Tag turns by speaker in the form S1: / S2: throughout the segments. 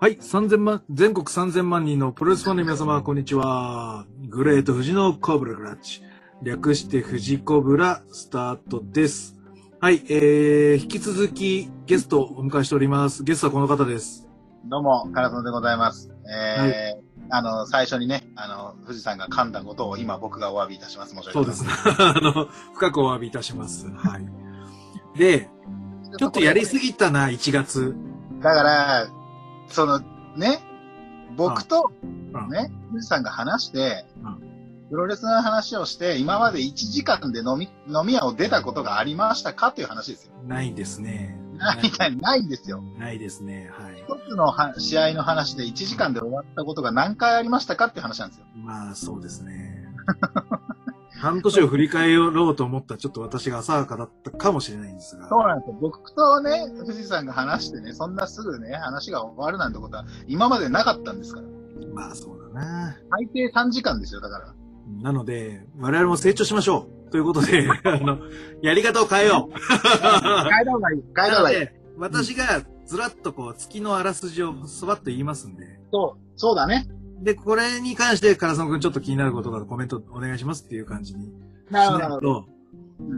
S1: はい、3000万、全国3000万人のプロレスファンの皆様、こんにちは。グレート藤のコブラクラッチ。略して藤コブラ、スタートです。はい、えー、引き続きゲストをお迎えしております。ゲストはこの方です。
S2: どうも、カラソンでございます。えーあの、最初にね、あの、富士山が噛んだことを今僕がお詫びいたします。申し訳
S1: そうですね。 あの、深くお詫びいたします。はい。で、ちょっとやりす
S2: ぎ。
S1: ぎたな、1月。
S2: だから、その、ね、僕と
S1: うん、
S2: ね、富士山が話して
S1: う、
S2: プロレスの話をして、今まで1時間で飲み、飲み屋を出たことがありましたかという話ですよ。
S1: ないですね。
S2: ないないないんですよ。
S1: ないですね。はい。
S2: 一つのは試合の話で1時間で終わったことが何回ありましたかっていう話なんですよ。
S1: まあ、そうですね。半年を振り返ろうと思ったらちょっと私が浅はかだったかもしれないんですが。
S2: そうなんですよ。僕とね、富士山が話してね、そんなすぐね、話が終わるなんてことは、今までなかったんですから。
S1: まあ、そうだな。
S2: 最低3時間ですよ、だ から。
S1: なので、我々も成長しましょう。ということで、あの、やり方を変えよう。
S2: 帰らない、帰
S1: な
S2: ら
S1: の
S2: ない。
S1: で、私がずらっとこう、月のあらすじをそばっと言いますんで。
S2: そう、そうだね。
S1: で、これに関して、唐沢くんちょっと気になることがあるコメントお願いしますっていう感じにし
S2: なる
S1: な
S2: ほど、ないるほど。
S1: と、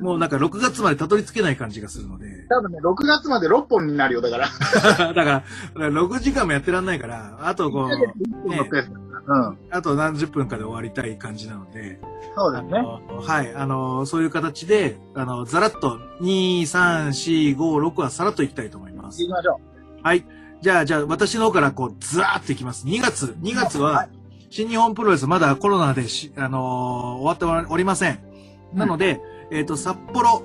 S1: もうなんか6月までたどり着けない感じがするので。
S2: 多分ね、6月まで6本になるよ、だから。
S1: だから、だから6時間もやってらんないから、あとこう、
S2: 1本のペースだから。うん。
S1: あと何十分かで終わりたい感じなので、
S2: そう
S1: あ
S2: ですね。
S1: のはい、あの、そういう形で、あの、ざらっと、2、3、4、5、6はさらっといきたいと思いま
S2: 行
S1: す
S2: き。ましょ
S1: はい。じゃあ、じゃあ、私の方からこう、ずらーっていきます。2月、2月は、新日本プロレスまだコロナでし、あのー終わっておりません。
S2: う。
S1: なので、えっ、と、札幌、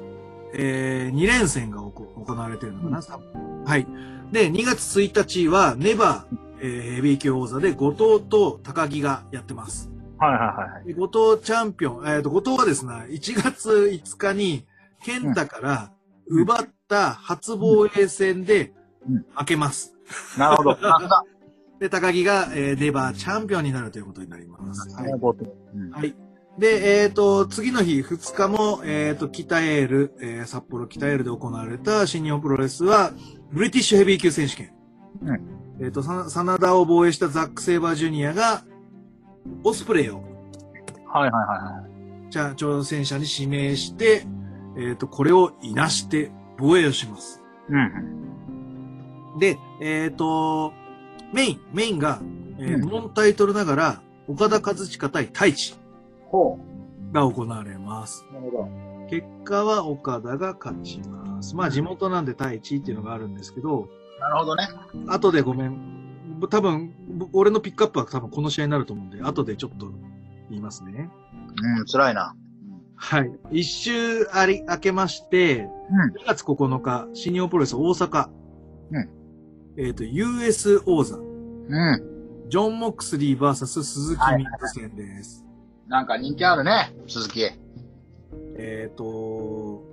S1: えー、2連戦がおこ行われてるのかな、
S2: うん
S1: 札はい。で、2月1日は、ネバー、えーヘビー級王座で、後藤と高木がやってます。
S2: うん、はいはいはい。
S1: で後藤チャンピオン、えっ、と、後藤はですね、1月5日に、健太から
S2: うん
S1: 奪った初防衛戦で
S2: うん、
S1: 負けます。
S2: な るほど。さすが。
S1: で、高木が、えーネバーチャンピオンになるということになります。はい。
S2: うん
S1: はい。で、えっ、と、次の日、2日も、えっ、と、北エール、えー札幌北エールで行われた新日本プロレスは、ブリティッシュヘビー級選手権。
S2: う
S1: えっ、と、さ真田を防衛したザック・セイバージュニアが、オスプレイを、
S2: はいはいはいはい。
S1: じゃあ挑戦者に指名して、えっ、と、これをいなして、防衛をします。
S2: うん。
S1: で、えっ、と、メイン、メインが、えー
S2: うん
S1: ノンタイトルながら、岡田和親対太一
S2: ほ
S1: が行われます。
S2: う。なるほど。
S1: 結果は岡田が勝ちます。まあ地元なんで対1位っていうのがあるんですけど、
S2: なるほどね。
S1: 後でごめん。多分、僕俺のピックアップは多分この試合になると思うんで、後でちょっと言いますね。
S2: うん、辛いな。
S1: はい。一周あり、明けまして、
S2: うん
S1: 2月9日、新日本プロレス大阪。
S2: うん
S1: えっ、と、US 王座、
S2: うん。
S1: ジョン・モックスリー VS 鈴木ミック戦です。
S2: なんか人気あるね、鈴木。
S1: えっ、と、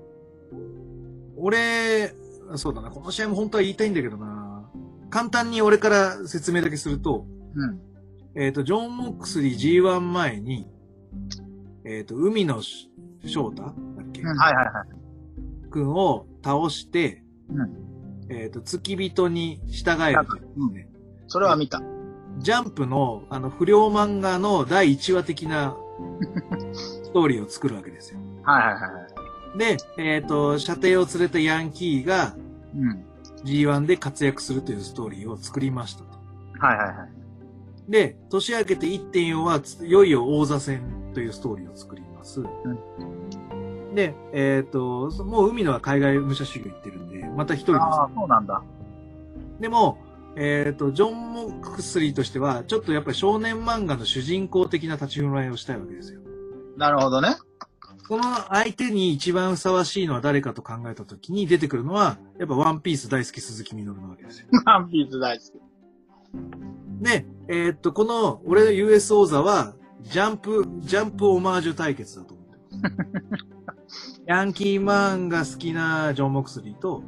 S1: 俺、そうだな、この試合も本当は言いたいんだけどな。簡単に俺から説明だけすると、
S2: うん。
S1: えっ、と、ジョン・モックスリー G1 前に、えっ、と、海野し翔太だっけ、
S2: うんはいはいはい。
S1: くんを倒して、
S2: うん。
S1: えっ、と、付き人に従えるというね、
S2: それは見た。
S1: ジャンプの、あの、不良漫画の第1話的 なストーリーを作るわけですよ。
S2: はいはいはいはい。
S1: で、えっ、と、射程を連れたヤンキーが、
S2: うん。
S1: G1 で活躍するというストーリーを作りましたと。
S2: はいはいはい。
S1: で、年明けて1.4は、ついよいよ王座戦というストーリーを作ります。で、えっ、と、そもう海野は海外武者修行行ってるんで、また一人で
S2: ああ、そうなんだ。
S1: す。でも、えっ、と、ジョン・モックスリーとしては、ちょっとやっぱり少年漫画の主人公的な立ち振る舞いをしたいわけですよ。
S2: なるほど ね。
S1: その相手に一番ふさわしいのは誰かと考えた時に出てくるのは、やっぱワンピース大好き鈴木みのるなわけですよ。
S2: ワンピース大好き。
S1: で、えーっと、この、俺の US 王座は、ジャンプ、ジャンプオマージュ対決だと思ってます。ヤンキーマンが好きなジョン・モクスリーと、
S2: う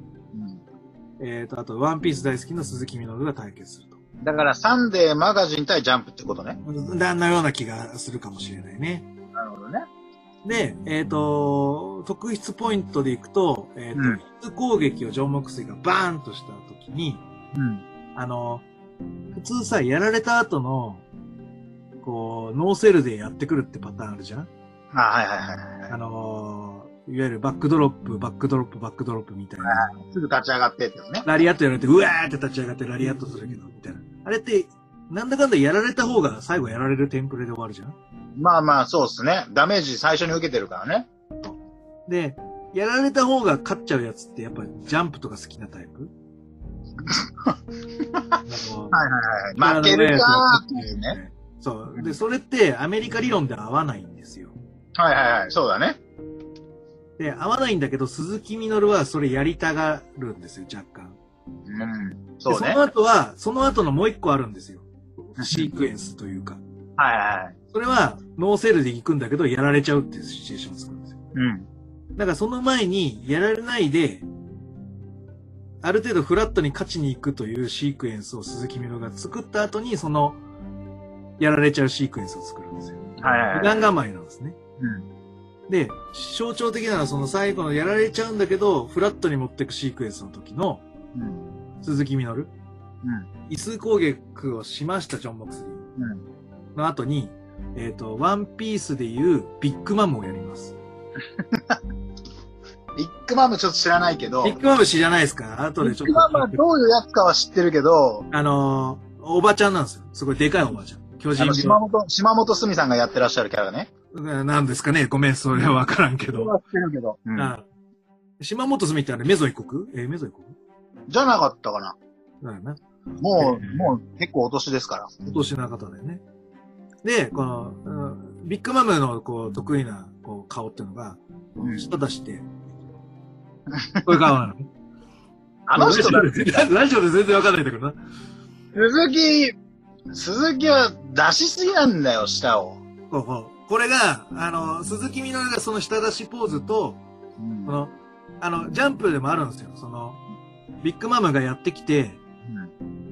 S1: えーっと、あと、ワンピース大好きな鈴木みのるが対決すると。
S2: ん。だから、サンデーマガジン対ジャンプってことね。
S1: だんなような気がするかもしれないね。
S2: なるほどね。
S1: で、えーっと、特筆ポイントでいくと、えーっと、
S2: うん
S1: ヒッツ攻撃をジョン・モクスリーがバーンとした時に、
S2: うん。
S1: あの、普通さ、やられた後の、こう、ノーセルでやってくるってパターンあるじゃん
S2: あ、はいはいはいはい
S1: あのーいわゆるバックドロップ、バックドロップ、バックドロップみたいな。
S2: はい。すぐ立ち上がってってね。
S1: ラリアットやられて、うわーって立ち上がってラリアットするけど、みたいな。あれって、なんだかんだやられた方が最後やられるテンプレで終わるじゃん
S2: まあまあ、そうっすね。ダメージ最初に受けてるからね。
S1: で、やられた方が勝っちゃうやつって、やっぱジャンプとか好きなタイ プあの
S2: はいはいはい。負けるかーっていうね。
S1: そう。で、それってアメリカ理論で合わないんですよ。
S2: はいはいはい。そうだね。
S1: で、合わないんだけど、鈴木みのるはそれやりたがるんですよ、若干。
S2: うん。
S1: で
S2: そうね。
S1: その
S2: はい
S1: 後は、その後のもう一個あるんです よ。シークエンスというか。
S2: はいはい。
S1: それは、ノーセルで行くんだけど、やられちゃうっていうシチュエーションを作るんですよ。
S2: うん。
S1: だからその前に、やられないで、ある程度フラットに勝ちに行くというシークエンスを鈴木みのるが作った後に、その、やられちゃうシークエンスを作るんですよ。
S2: はいはい
S1: 二
S2: はい。
S1: 段構えなんですね。で、象徴的なのはその最後のやられちゃうんだけど、フラットに持ってくシークエンスの時の
S2: うん。うん。
S1: 鈴木みのる。
S2: うん。
S1: 異数攻撃をしました、ジョン・ボクスリー
S2: うん。
S1: の後に、えっ、と、ワンピースでいうビッグマムをやります。
S2: ビッグマムちょっと知らないけど、
S1: ビ
S2: ビ
S1: ッグマム知らないですか後でち
S2: ッ
S1: ょ
S2: グマムは
S1: っと。
S2: どういうやつかは知ってるけど、
S1: あのーおばちゃんなんですよ。すごいでかいおばちゃん。巨
S2: あ
S1: 人
S2: の、島
S1: 病
S2: 本、島本すみさんがやってらっしゃるキャラね。
S1: なんですかねごめん、それはわからんけ
S2: それ
S1: ど。
S2: は知ってるけど。うん
S1: あ島本澄ってあれ、メゾイ国えーメゾイ国
S2: じゃなかったかな。
S1: だよな。
S2: も
S1: え
S2: う、
S1: ー
S2: もう結構お年ですから。
S1: お年の方だよね。で、この、うんビッグマムのこう得意なこう顔っていうのが、
S2: うん
S1: 舌出して、こういう顔なの。
S2: あの人だ。
S1: ラジオでラジオで全然わかんないんだけどな。
S2: 鈴木、鈴木は出しすぎなんだよ、舌を。
S1: こうこうこれが、あの、鈴木みのるがその舌出しポーズと、
S2: うん
S1: この、あの、ジャンプでもあるんですよ。その、ビッグマムがやってきて、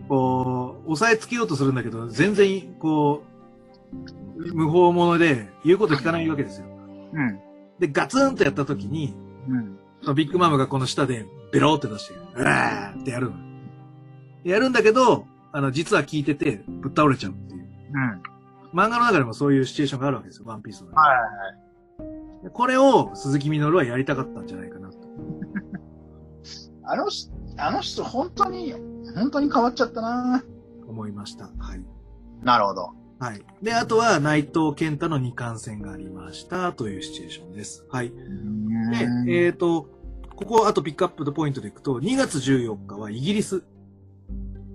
S1: こう、押さえつけようとするんだけど、全然、こう、無法者で、言うこと聞かないわけですよ。
S2: うん。
S1: で、ガツンとやった時に、
S2: うん。
S1: そのビッグマムがこの下でベローって出して、うわーってやるの。やるんだけど、あの、実は聞いてて、ぶっ倒れちゃうっていう。
S2: うん。
S1: 漫画の中でもそういうシチュエーションがあるわけですよ、ワンピースの中
S2: はいはい
S1: で。これを鈴木みのるはやりたかったんじゃないかなと。
S2: はい。あの人、あの人本当に、本当に変わっちゃったな
S1: 思いました。はい。
S2: なるほど。
S1: はい。で、あとは内藤健太の二冠戦がありましたというシチュエーションです。はい。で、えっ、と、ここ、あとピックアップポイントでいくと、2月14日はイギリス。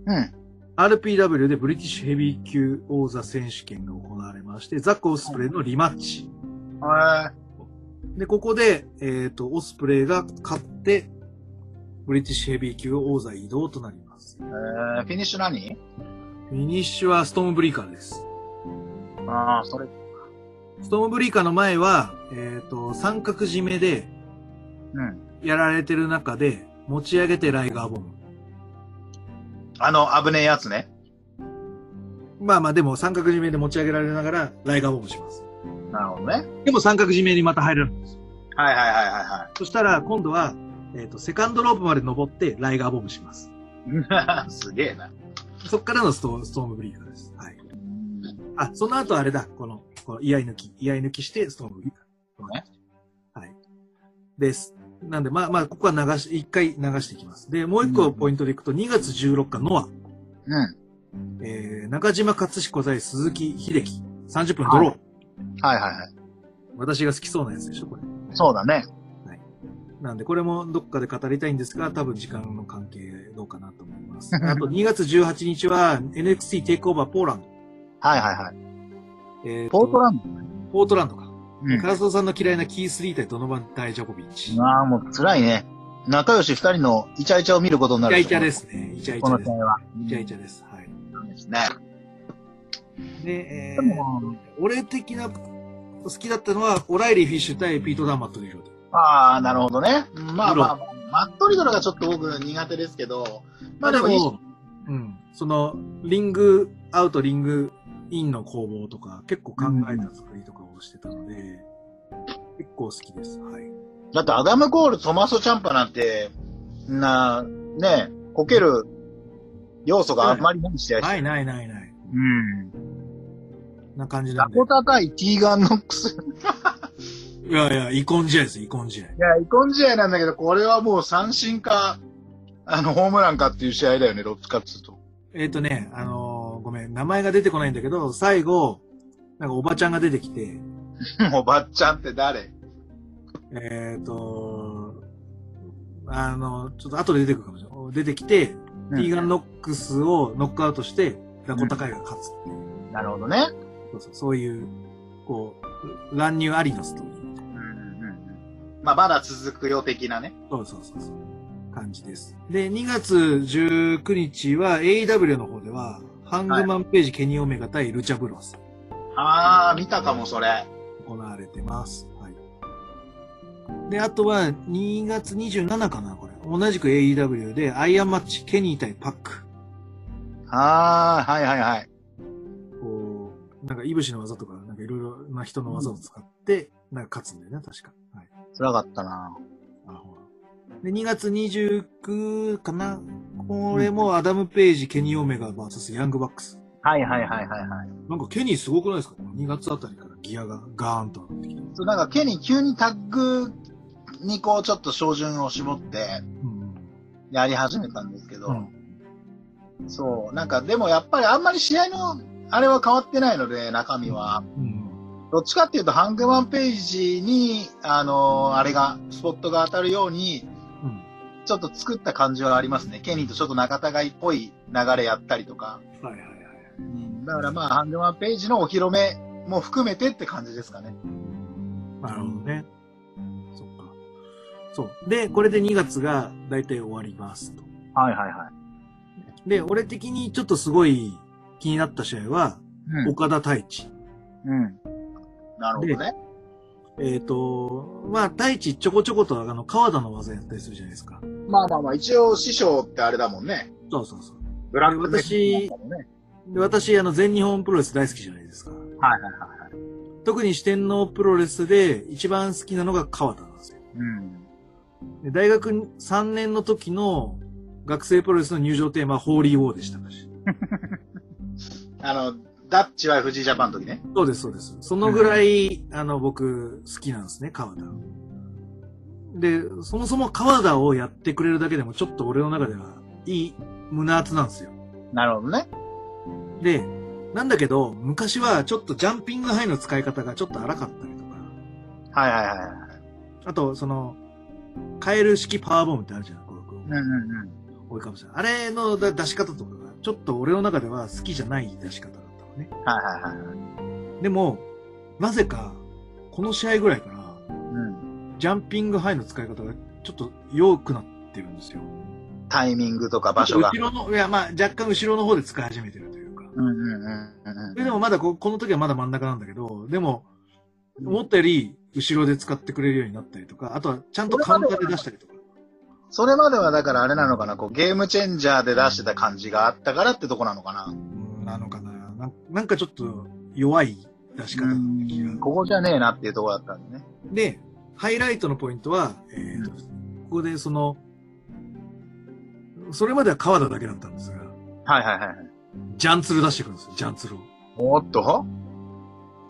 S2: うん。
S1: RPW でブリティッシュヘビー級王座選手権が行われまして、ザック・オスプレイのリマッチ。
S2: は
S1: で、ここで、えっ、と、オスプレイが勝って、ブリティッシュヘビー級王座移動となります。
S2: い。えー、フィニッシュ何
S1: フィニッシュはストームブリーカーです。
S2: ああ、それ。
S1: ストームブリーカーの前は、えっ、と、三角締めで
S2: うん。
S1: やられてる中で、持ち上げてライガーボム。
S2: あの、危ねえやつね。
S1: まあまあでも三角締めで持ち上げられながらライガーボムします。
S2: なるほどね。
S1: でも三角締めにまた入れるんですよ。
S2: はいはいはいは
S1: そしたら今度は、えっ、と、セカンドロープまで登ってライガーボムします。
S2: いはい。 すげえな。
S1: そっからのストストームブリーカーです。はい。あ、その後あれだ。この、この、居合抜き。居合抜きして、ストームブリーカー。
S2: ね
S1: はい。です。なんで、まあまあ、ここは流し、一回流していきます。で、もう一個ポイントでいくと、2月16日、ノア、
S2: うん。
S1: えー、中島勝彦在鈴木秀樹、30分ドロー。
S2: はいはいはい。
S1: 私が好きそうなやつでしょ、これ。
S2: そうだね。
S1: なんで、これもどっかで語りたいんですが、多分時間の関係どうかなと思い ます。あと、2月18日は、NXT テイクオーバーポーランド。
S2: はいはいはい。
S1: えーと
S2: ポートランド。
S1: ポートランドか。
S2: うん
S1: カラソーさんの嫌いなキースリー対ドノバン・ダイジャコビッチ。イ
S2: ああ、もう辛いね。仲良し二人のイチャイチャを見ることにな
S1: チャ
S2: る。
S1: イチャですね。イチャイチ
S2: こ
S1: ャ
S2: の
S1: で
S2: 試
S1: す
S2: 合。は。
S1: イチャイチ
S2: ャ。
S1: ャです。はい。
S2: ですね。
S1: で、え
S2: で
S1: ー、
S2: も、
S1: 俺的な、好きだったのは、オライリー・フィッシュ対ピート・ダーマット・リロード。
S2: ああ、なるほどね。まあまあまあ、マットリドルがちょっと僕苦手ですけど、まあでもいいし、
S1: うん。その、リングアウト、リングインの攻防とか、結構考えた作りとかをしてたので、結構好きです。はい。
S2: だってアダム・コール、トマソ・チャンパなんて、な、ね、こける要素があんまりない試合して
S1: な
S2: る
S1: いないないない。
S2: うん。
S1: な感じな
S2: ダ
S1: んで
S2: コ。タ対ティーガンノックス。
S1: いやいや、遺恨試合です、遺恨試合。
S2: いや、遺恨試合なんだけど、これはもう三振か、あの、ホームランかっていう試合だよね、ロッツカツ と。
S1: えっ、とね、あのーごめん、名前が出てこないんだけど、最後、なんかおばちゃんが出てきて、
S2: もう、ばっちゃんって誰
S1: えっ、と、あの、ちょっと後で出てくるかもしれない。出てきて、ティーガンノックスをノックアウトして、ラコタカイが勝つっていう、
S2: なるほどね。
S1: そうそうそういう、こう、乱入ありのストーリー。
S2: うんうんうん。まあ、まだ続くよ的なね。
S1: そうそうそうそう。感じです。で、2月19日は AEW の方では、ハングマンページ、ケニーオメガ対ルチャブロス
S2: あー、見たかも、それ。
S1: 行われてます。はい。で、あとは2月27かな、これ。同じく AEW でアイアンマッチ、ケニー対パック。
S2: あー、はいはいはい。
S1: こう、なんか、イブシの技とか、なんかいろいろな人の技を使って、なんか勝つんだよね、確か。はい。
S2: 辛かったな
S1: なるほど。で、2月29かなこれもアダム・ページ、ケニー・オメガ VS ヤング・バックス。
S2: はいはいはいはいはい。
S1: なんかケニーすごくないですか ?2 月あたりからギアがガーンと上がってきて。
S2: そう、なんか、ケニー急にタッグにこう、ちょっと照準を絞って、
S1: うん。
S2: やり始めたんですけど、
S1: うん
S2: そう、なんか、でもやっぱりあんまり試合の、あれは変わってないので、中身は。
S1: うん。
S2: どっちかっていうと、ハングマンページに、あのーあれが、スポットが当たるように、
S1: うん。
S2: ちょっと作った感じはありますね。ケニーとちょっと仲違いっぽい流れやったりとか。
S1: はいはいはい。
S2: だからまあ、ハングマンページのお披露目も含めてって感じですかね。
S1: なるほどね。そっか。そう。で、これで2月が大体終わりますと。
S2: はいはいはい。
S1: で、俺的にちょっとすごい気になった試合は、
S2: うん。
S1: 岡田太一。
S2: うん、なるほどね。
S1: えっ、と、まあ、太一ちょこちょことあの、川田の技やったりするじゃないですか。
S2: まあまあまあ、一応師匠ってあれだもんね。
S1: そうそうそう。
S2: ブラックベルトだもんね。
S1: で、私、あの、全日本プロレス大好きじゃないですか。
S2: はいはいはいはい。
S1: 特に四天王プロレスで一番好きなのが川田なんですよ。
S2: うん。
S1: で大学3年の時の学生プロレスの入場テーマはホーリーウォーでしたからし。
S2: あの、ダッチは藤井ジャパンの時ね。
S1: そうです、そうです。そのぐらい、あの、僕、好きなんですね、川田。で、そもそも川田をやってくれるだけでも、ちょっと俺の中では、いい、胸厚なんですよ。
S2: なるほどね。
S1: で、なんだけど、昔はちょっとジャンピングハイの使い方がちょっと荒かったりとか、
S2: はいはいはいはい。
S1: あと、その、カエル式パワーボムってあるじゃん、こうこ
S2: うんうんうん。
S1: う多いかもしれない。あれのだ出し方とかが、ちょっと俺の中では好きじゃない出し方だったのね。
S2: はいはいはいはい。
S1: でも、なぜか、この試合ぐらいから、
S2: うん。
S1: ジャンピングハイの使い方がちょっと弱くなってるんですよ。
S2: タイミングとか場所が
S1: 後。ろの、いや、まあ、若干後ろの方で使い始めてるというか。
S2: うんうんうん
S1: ででもまだこ、この時はまだ真ん中なんだけど、でも、思ったより後ろで使ってくれるようになったりとか、あとはちゃんとカウンターで出したりとか。
S2: それまではだからあれなのかな、こうゲームチェンジャーで出してた感じがあったからってとこなのかな。
S1: うんなのかななん。なんかちょっと弱い出し方だった気が。
S2: ここじゃねえなっていうとこだったんでね。
S1: で、ハイライトのポイントは、えーと
S2: う
S1: ここでその、それまでは川田だけだったんですが、
S2: はいはいはいはい。
S1: ジャンツル出してくるんですよ、ジャンツルを。
S2: おっと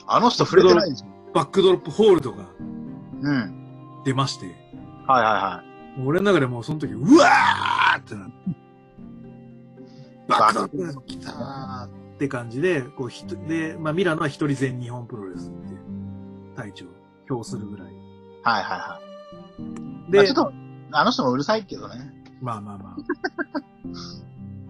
S2: あの人触れてないんですよ。
S1: バックドロップホールドが
S2: うん。
S1: 出まして、
S2: はいはいはい。
S1: もう俺の中でもうその時、うわーってなって、バックドロップ来たーって感じで、こうひと、で、まあミラノは一人全日本プロレスっていう、体調、表するぐらい。
S2: はいはいは
S1: で
S2: い。、ちょっと、あの人もうるさいけどね。
S1: まあまあまあ。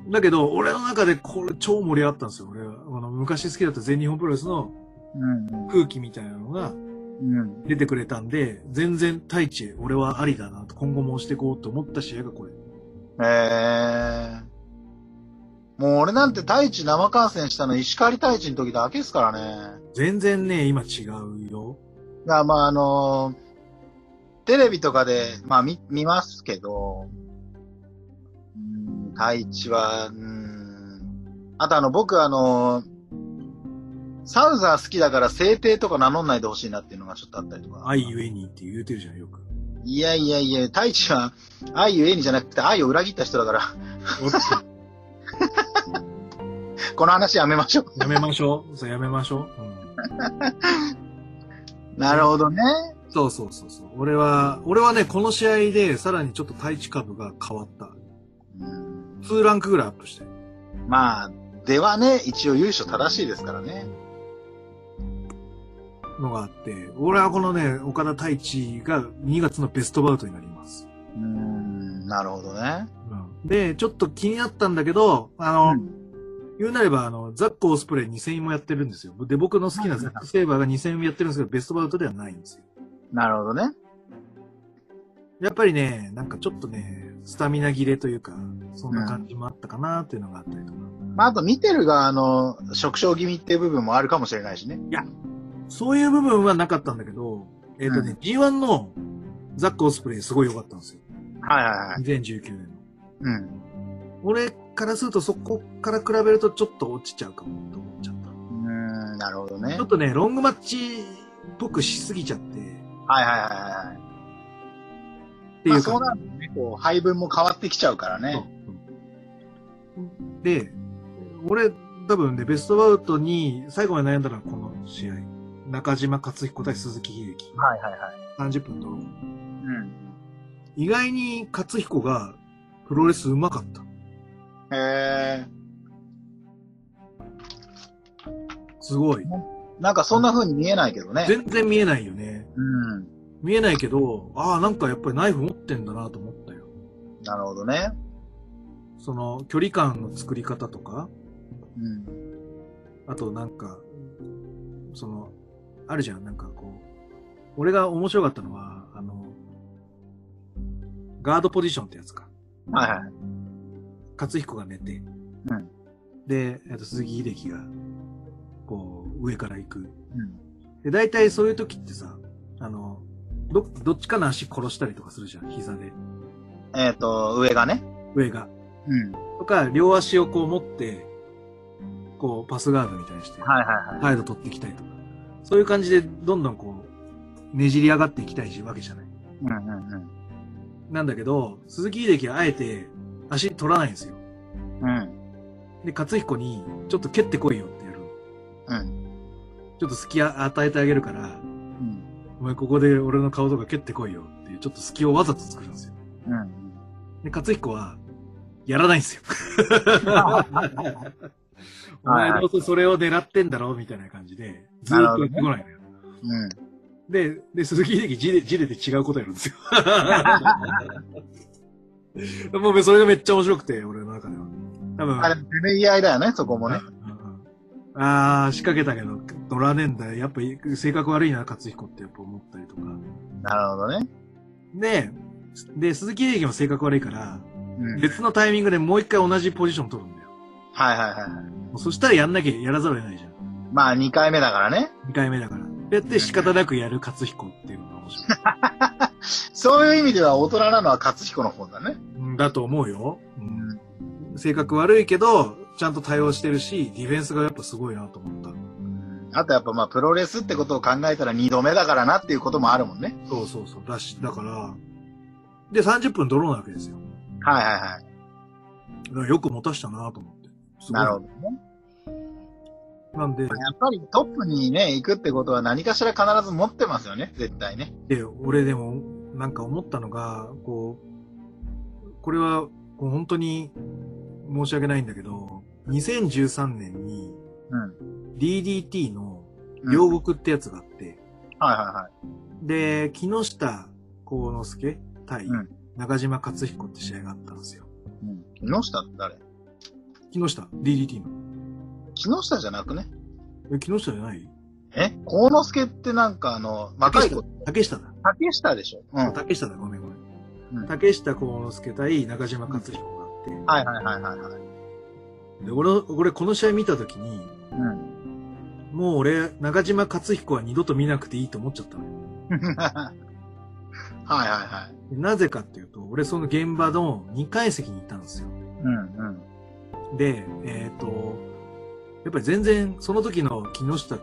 S1: だけど、俺の中でこれ超盛り上がったんですよ。俺は、あの、昔好きだった全日本プロレスの
S2: うん
S1: 空気みたいなのが
S2: うん。うん。
S1: 出てくれたんで、全然太一、俺はありだなと、今後も押していこうと思った試合がこれ。
S2: えー。もう俺なんて太一生観戦したの石狩太一の時だけですからね。
S1: 全然ね、今違うよ。
S2: いや、まあ、あのテレビとかで、まあ、見、見ますけど、うん、太一は、うん、あとあの、僕あのサウザー好きだから聖帝とか名乗んないでほしいなっていうのがちょっとあったりとか。
S1: 愛ゆえにって言うてるじゃん、よく。
S2: いやいやいや、太一は愛ゆえにじゃなくて愛を裏切った人だから。
S1: おっと
S2: この話やめましょう。
S1: やめましょう。そう、やめましょう。
S2: なるほどね。
S1: うん、そうそうそうそう。俺は、俺はね、この試合で、さらにちょっと対地株が変わった。
S2: うん
S1: 2ランクぐらいアップして。
S2: まあ、ではね、一応優勝正しいですからね。
S1: のがあって、俺はこのね、岡田太一が2月のベストバウトになります。
S2: うん、なるほどね。
S1: うん、で、ちょっと気になったんだけど、あの、
S2: うん
S1: 言うなれば、あの、ザックオスプレイ2000もやってるんですよ。で、僕の好きなザックセイバーが2000やってるんですけど、ベストバウトではないんですよ。
S2: なるほどね。
S1: やっぱりね、なんかちょっとね、スタミナ切れというか、そんな感じもあったかなっていうのがあったりとか。
S2: まあ、あと見てる側の、触傷気味っていう部分もあるかもしれないしね。
S1: そういう部分はなかったんだけど、えっ、とね、G1 のザックオスプレイすごい良かったんですよ。
S2: はいはいはい。
S1: 2019年の。
S2: うん。
S1: 俺からするとそこから比べるとちょっと落ちちゃうかもと思っちゃった。
S2: うん、なるほどね。はい
S1: ちょっとね、ロングマッチっぽくしすぎちゃって、っ
S2: はいはいはい。
S1: て
S2: ま
S1: い
S2: あ、
S1: う
S2: そう
S1: か、
S2: なるとね、こう、配分も変わってきちゃうからね。
S1: うんで、俺多分ね、ベストバウトに最後まで悩んだのはこの試合。中島克彦対鈴木秀樹。
S2: はいはいはい。
S1: 30分ドロー。
S2: うん。
S1: 意外に克彦がプロレス上手かった。
S2: へえ。
S1: すごい。
S2: なんかそんな風に見えないけどね。
S1: 全然見えないよね。
S2: うん。
S1: 見えないけど、ああ、なんかやっぱりナイフ持ってんだなと思ったよ。
S2: なるほどね。
S1: その距離感の作り方とか、
S2: うん。
S1: あとなんか、その、あるじゃん、なんかこう、俺が面白かったのは、あの、ガードポジションってやつか。
S2: はいはい。
S1: 勝彦が寝て、
S2: うん
S1: で、えっと鈴木秀樹が、こう、上から行く。
S2: うん。
S1: で、大体そういう時ってさ、あの、ど、どっちかの足殺したりとかするじゃん、膝で、
S2: えっ、と、上がね。
S1: 上が。
S2: うん。
S1: とか、両足をこう持って、こう、パスガードみたいにして、
S2: はいはいはい。
S1: 態度取っていきたいとか、そういう感じでどんどんこう、ねじり上がっていきたいわけじゃない。
S2: うんうんうん。
S1: なんだけど、鈴木秀樹はあえて足取らないんですよ。
S2: うん。
S1: で、勝彦に、ちょっと蹴ってこいよってやるの。
S2: うん。
S1: ちょっと隙を与えてあげるから、
S2: うん。
S1: お前ここで俺の顔とか蹴ってこいよっていう、ちょっと隙をわざと作るんですよ。
S2: うん。
S1: で、勝彦は、やらないんですよ。お前どうせそれを狙ってんだろうみたいな感じで、ずーっとやってこないのよ。
S2: うん。
S1: で、で、鈴木秀樹じれ、じれて違うことやるん ですよ。もうそれがめっちゃ面白くて、俺の中では。多分。
S2: あれ、せめぎ合いだよね、そこもね。
S1: うんうんあー、仕掛けたけど、乗らねえんだ。やっぱ性格悪いな、勝彦ってやっぱ思ったりとか。
S2: なるほどね。
S1: で、で、鈴木秀樹も性格悪いから、
S2: うん。
S1: 別のタイミングでもう一回同じポジション取るんだよ。
S2: はいはいはいはい。
S1: もうそしたらやんなきゃ、やらざるを得ないじゃん。
S2: まあ、2回目だからね。
S1: 二回目だから。やって仕方なくやる勝彦っていうのが面白い。
S2: そういう意味では大人なのは勝彦の方だね。
S1: うんだと思うよ。うん
S2: うん。
S1: 性格悪いけど、ちゃんと対応してるし、ディフェンスがやっぱすごいなと思った。
S2: あとやっぱまあ、プロレスってことを考えたら2度目だからなっていうこともあるもんね。
S1: そうそうそう。だし、だから、で、30分ドローなわけですよ。
S2: はいはいはい。
S1: だからよく持たしたなと思って。すごい
S2: なるほどね。
S1: なんで、
S2: やっぱりトップにね、行くってことは何かしら必ず持ってますよね、絶対ね。
S1: で、俺でも、なんか思ったのが、こう、これは、こう本当に申し訳ないんだけど、2013年に
S2: うん。
S1: DDT の
S2: うん
S1: 両国ってやつがあって、
S2: はいはいはい。
S1: で、木下幸之助対
S2: うん
S1: 中島克彦って試合があったんですよ。
S2: うん。木下って誰
S1: 木下 ?DDT の。
S2: 木下じゃなくね
S1: え、木下じゃない
S2: え幸之助ってなんかあの、若い子、
S1: 竹下だ。
S2: 竹下でしょうん。はい
S1: 竹下だ、ごめんごめん。
S2: うん
S1: 竹下幸之助対中島克彦があっ
S2: はいはいはいはい。
S1: て、で、俺、俺この試合見たときに、
S2: うん。
S1: もう俺、中島克彦は二度と見なくていいと思っちゃったのよ。
S2: はいはいはい。
S1: でなぜかっていうと、俺その現場の2階席にいたんですよ。
S2: うんうん。
S1: で、えっ、と、やっぱり全然、その時の木下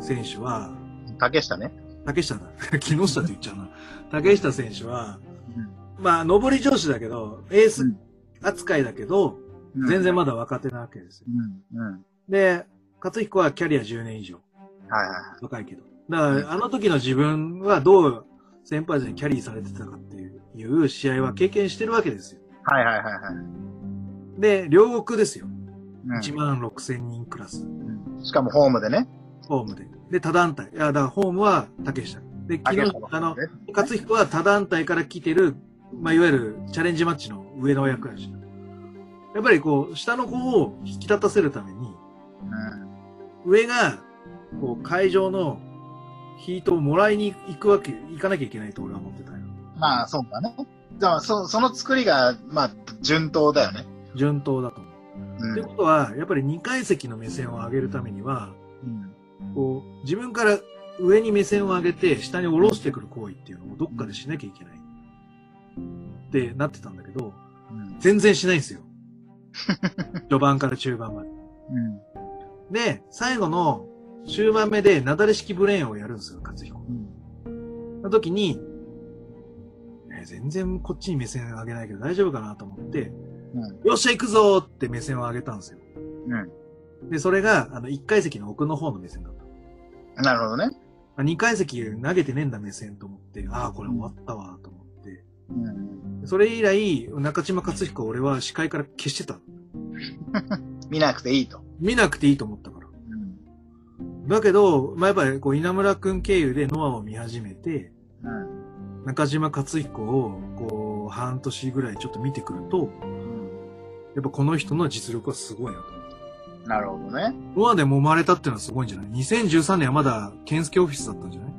S1: 選手は、
S2: 竹下ね。
S1: 竹下だ。 木下って言っちゃうな。竹下選手は、
S2: う
S1: まあ、上り上司だけど、エース
S2: うん
S1: 扱いだけど、
S2: ん。うん
S1: 全然まだ若手なわけですよ。
S2: うん、うん。
S1: で、勝彦はキャリア10年以上。
S2: はいはい。
S1: 若いけど。だから、あの時の自分はどう先輩たちにキャリーされてたかっていういう試合は経験してるわけですよ。
S2: はいはいはいはい。
S1: で、両国ですよ。
S2: うん
S1: 1万6千人クラス。
S2: うんしかもホームでね。
S1: ホームで。で、他団体。いや、だからホームは竹下。で、昨日、あの、
S2: ね
S1: 勝彦は他団体から来てる、まあ、いわゆるチャレンジマッチの上の役割でしたやっぱりこう、下の子を引き立たせるために、
S2: うん
S1: 上が、こう、会場のヒートをもらいに行くわけ、行かなきゃいけないと俺は思ってたよ。
S2: まあ、そうだね。だからそその作りが、まあ、順当だよね。
S1: 順当だと思う。
S2: うん
S1: ってことは、やっぱり2階席の目線を上げるためには、
S2: うん
S1: こう、自分から上に目線を上げて、下に下ろしてくる行為っていうのをどっかでしなきゃいけない。ってなってたんだけど、
S2: うん
S1: 全然しないん ですよ。序盤から中盤まで。
S2: うん
S1: で、最後の終盤目で、なだれ式ブレーンをやるんですよ、勝彦。
S2: うん
S1: の時に、えー全然こっちに目線上げないけど大丈夫かなと思って、
S2: うん
S1: よっしゃ行くぞーって目線を上げたんですよ。
S2: うん
S1: で、それが、あの、1階席の奥の方の目線だった。
S2: なるほどね。
S1: あ2階席投げてねえんだ目線と思って、ああ、これ終わったわ、と思って。
S2: うん
S1: それ以来、中島克彦俺は視界から消してた。
S2: 見なくていいと。
S1: 見なくていいと思ったから。
S2: うん
S1: だけど、まあ、やっぱりこう、稲村くん経由でノアを見始めて、
S2: うん
S1: 中島克彦を、こう、半年ぐらいちょっと見てくると、やっぱこの人の実力はすごいなと思って。
S2: なるほどね。
S1: ノアで揉まれたっていうのはすごいんじゃない ?2013 年はまだ、健介オフィスだったんじゃない